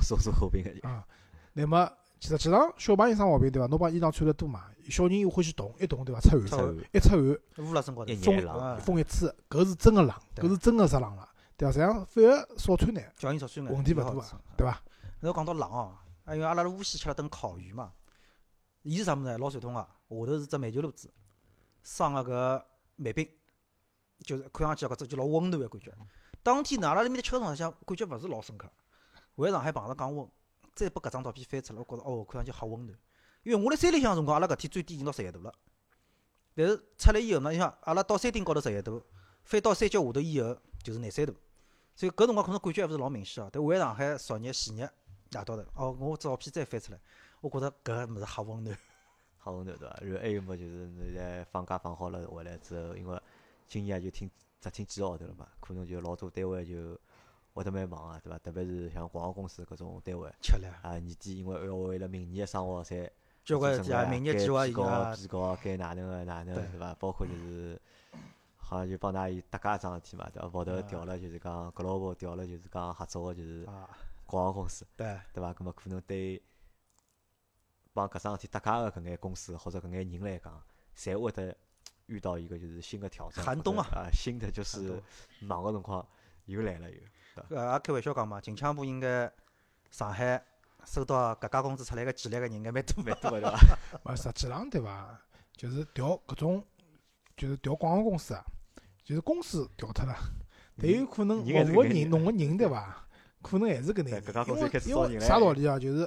Speaker 1: 手足口
Speaker 2: *laughs*
Speaker 1: 病个人，
Speaker 2: 啊，那么实际上小朋友生毛病对伐？侬把衣裳穿了多嘛，小人又欢喜动，一动对伐？出
Speaker 3: 出
Speaker 2: 汗，
Speaker 3: 汗
Speaker 2: 一出汗
Speaker 3: 捂辣身高头
Speaker 1: 一。
Speaker 2: 中
Speaker 1: 年一冷，
Speaker 3: 啊，
Speaker 2: 风一吹，搿是真个冷，
Speaker 3: 对
Speaker 2: 搿是真个湿冷了，对伐？实际上反而少穿点，
Speaker 3: 叫人少穿眼，
Speaker 2: 问题勿
Speaker 3: 比较
Speaker 2: 大
Speaker 3: 好
Speaker 2: 啊，对伐？
Speaker 3: 侬讲到冷哦，啊，因为阿拉无锡吃了顿烤鱼嘛，伊是啥物事呢？老传统个，下头是只煤球炉子，生个搿慢冰，就是看上去搿只就老温暖个感觉。当天呢，阿拉面搭吃个辰光，想感觉勿是老深刻。回上海碰着降温，再把搿张照片翻出来，我觉着哦，看上去好温暖。因为我辣山里向个辰光，阿拉搿天最低已经到十一度了，但是出来以后呢，你想阿拉到山顶高头十一度，翻到山脚下头以后就是廿三度，所以搿辰光可能感觉还勿是老明显哦。但回上海昨日前日。夜到头，哦，我照片再翻出来，我觉着搿物事瞎温暖。
Speaker 1: 好温暖对伐？啊然后还有么就是侬在放假放好了回来之后，因为今年也就听只听几个号头了嘛，可能就老多单位就会得蛮忙啊，对伐？特别是像广告公司搿种单位
Speaker 3: 吃力，
Speaker 1: 啊，年底因为要为了明年个生活侪
Speaker 3: 交关
Speaker 1: 做 *laughs*
Speaker 3: 事体啊，
Speaker 1: 准备
Speaker 3: 明日计划
Speaker 1: 该
Speaker 3: 伊
Speaker 1: 比高啊
Speaker 3: 拉
Speaker 1: 比高，该哪能个哪能个
Speaker 3: 啊对
Speaker 1: 对伐？包括就是好像就帮㑚伊搭界一桩事体嘛，对伐？跑头
Speaker 3: 啊
Speaker 1: 调了就是讲 global 调了就是讲合作个就是
Speaker 3: 啊，
Speaker 1: 广告公司，
Speaker 3: 对，
Speaker 1: 对伐？葛么可能对帮搿桩事体搭界个搿眼公司或者搿眼人来讲，侪会得遇到一个就是新的挑战。
Speaker 3: 寒
Speaker 1: 或
Speaker 3: 冬
Speaker 1: 者
Speaker 3: 啊
Speaker 1: 啊，新的就
Speaker 3: 寒
Speaker 1: 是
Speaker 3: 冬
Speaker 1: 忙个辰光又来了又。
Speaker 3: 呃，也开玩笑讲嘛，近腔部应该上海收到搿家工资出来个简历个人应该蛮
Speaker 1: *laughs*
Speaker 3: 多
Speaker 1: 蛮多个对伐？
Speaker 2: 嘛，实际上对伐？就是调搿种，就是调广告公司啊，就是公司调脱了，但有可能哦
Speaker 1: 人还是
Speaker 2: 服务
Speaker 1: 搿眼
Speaker 2: 人，
Speaker 1: 人
Speaker 2: 侬个人对伐？可能还是搿能
Speaker 1: 对
Speaker 2: 人
Speaker 1: 搿家公司开始
Speaker 2: 因
Speaker 1: 招
Speaker 2: 为因
Speaker 1: 人来
Speaker 2: 为啥
Speaker 1: 了
Speaker 2: 道理啊？就是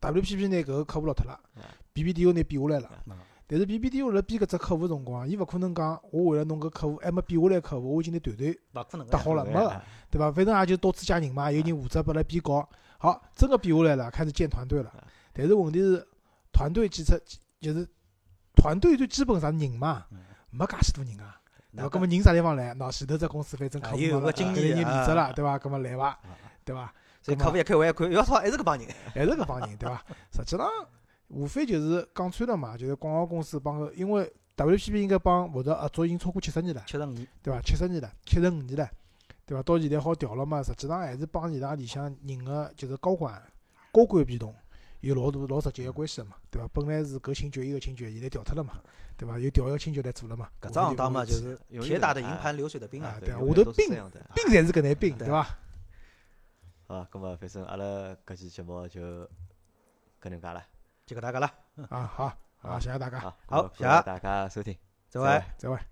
Speaker 2: WPP 拿搿个客户捞脱了
Speaker 1: 啊
Speaker 2: ，BBDO 拿比下来了。
Speaker 3: 嗯
Speaker 2: 但是 BBDO 辣编搿只客户辰光，伊勿可能讲我为了侬搿客户还没比下来客户，我已经拿团队
Speaker 3: 勿可能
Speaker 2: 搭
Speaker 3: 个呀。
Speaker 2: 好了，没
Speaker 1: 个
Speaker 2: 个，对伐？反正也就多次加人嘛，有人负责拨来比稿。好，真个比下来了，开始建团队了
Speaker 1: 啊。
Speaker 2: 但是问题是，团队建设就是团队最基本啥人嘛
Speaker 3: 嗯，
Speaker 2: 没介许多人啊。对伐？
Speaker 3: 哪
Speaker 2: 搿
Speaker 3: 个
Speaker 2: 么人啥地方来？喏，前头只公司反正
Speaker 3: 啊
Speaker 2: 客户
Speaker 3: 有
Speaker 2: 嘛
Speaker 3: 个经
Speaker 2: 搿
Speaker 3: 验
Speaker 2: 人
Speaker 3: 啊
Speaker 2: 离职了，对伐？搿么来伐
Speaker 3: 啊？
Speaker 2: 对伐？
Speaker 3: 所以
Speaker 2: 搿么
Speaker 3: 客户一开会一看，要操还是搿帮人。
Speaker 2: 还是搿帮人，对伐？实际上，无非就是讲穿了嘛，就是广告公司帮个，因为 WPP 应该帮福特合作已经超过七十年了，
Speaker 3: 七十五，
Speaker 2: 对伐？七十年了，七十五年了，对伐？到现在好调了嘛，实际上还是帮伊拉里向人个就是高管、高管变动有老大老直接个关系个嘛，对伐？本来是搿请决伊搿请决，现在调脱了嘛，对伐？又调一个请决来做了嘛，
Speaker 3: 搿只行当嘛
Speaker 2: 下头
Speaker 3: 就
Speaker 2: 有
Speaker 3: 是
Speaker 1: 有
Speaker 3: 铁
Speaker 1: 人
Speaker 3: 打的营
Speaker 1: 啊
Speaker 3: 盘流水的兵啊
Speaker 2: 啊。
Speaker 1: 对
Speaker 2: 对啊
Speaker 1: 永
Speaker 2: 下
Speaker 1: 远
Speaker 2: 头
Speaker 1: 都是这
Speaker 2: 并
Speaker 1: 样的啊
Speaker 2: 兵侪是搿眼兵，
Speaker 3: 对
Speaker 2: 对伐？
Speaker 1: 啊，咁么反正阿拉搿期节目就搿能介了，
Speaker 3: 就搿大家了，
Speaker 2: 啊，好，啊，谢谢大家，
Speaker 1: 好，咁
Speaker 3: 好
Speaker 1: 么
Speaker 3: 谢
Speaker 1: 感
Speaker 3: 谢
Speaker 1: 谢大家收听，再
Speaker 3: 再会
Speaker 1: 会。
Speaker 2: 再会。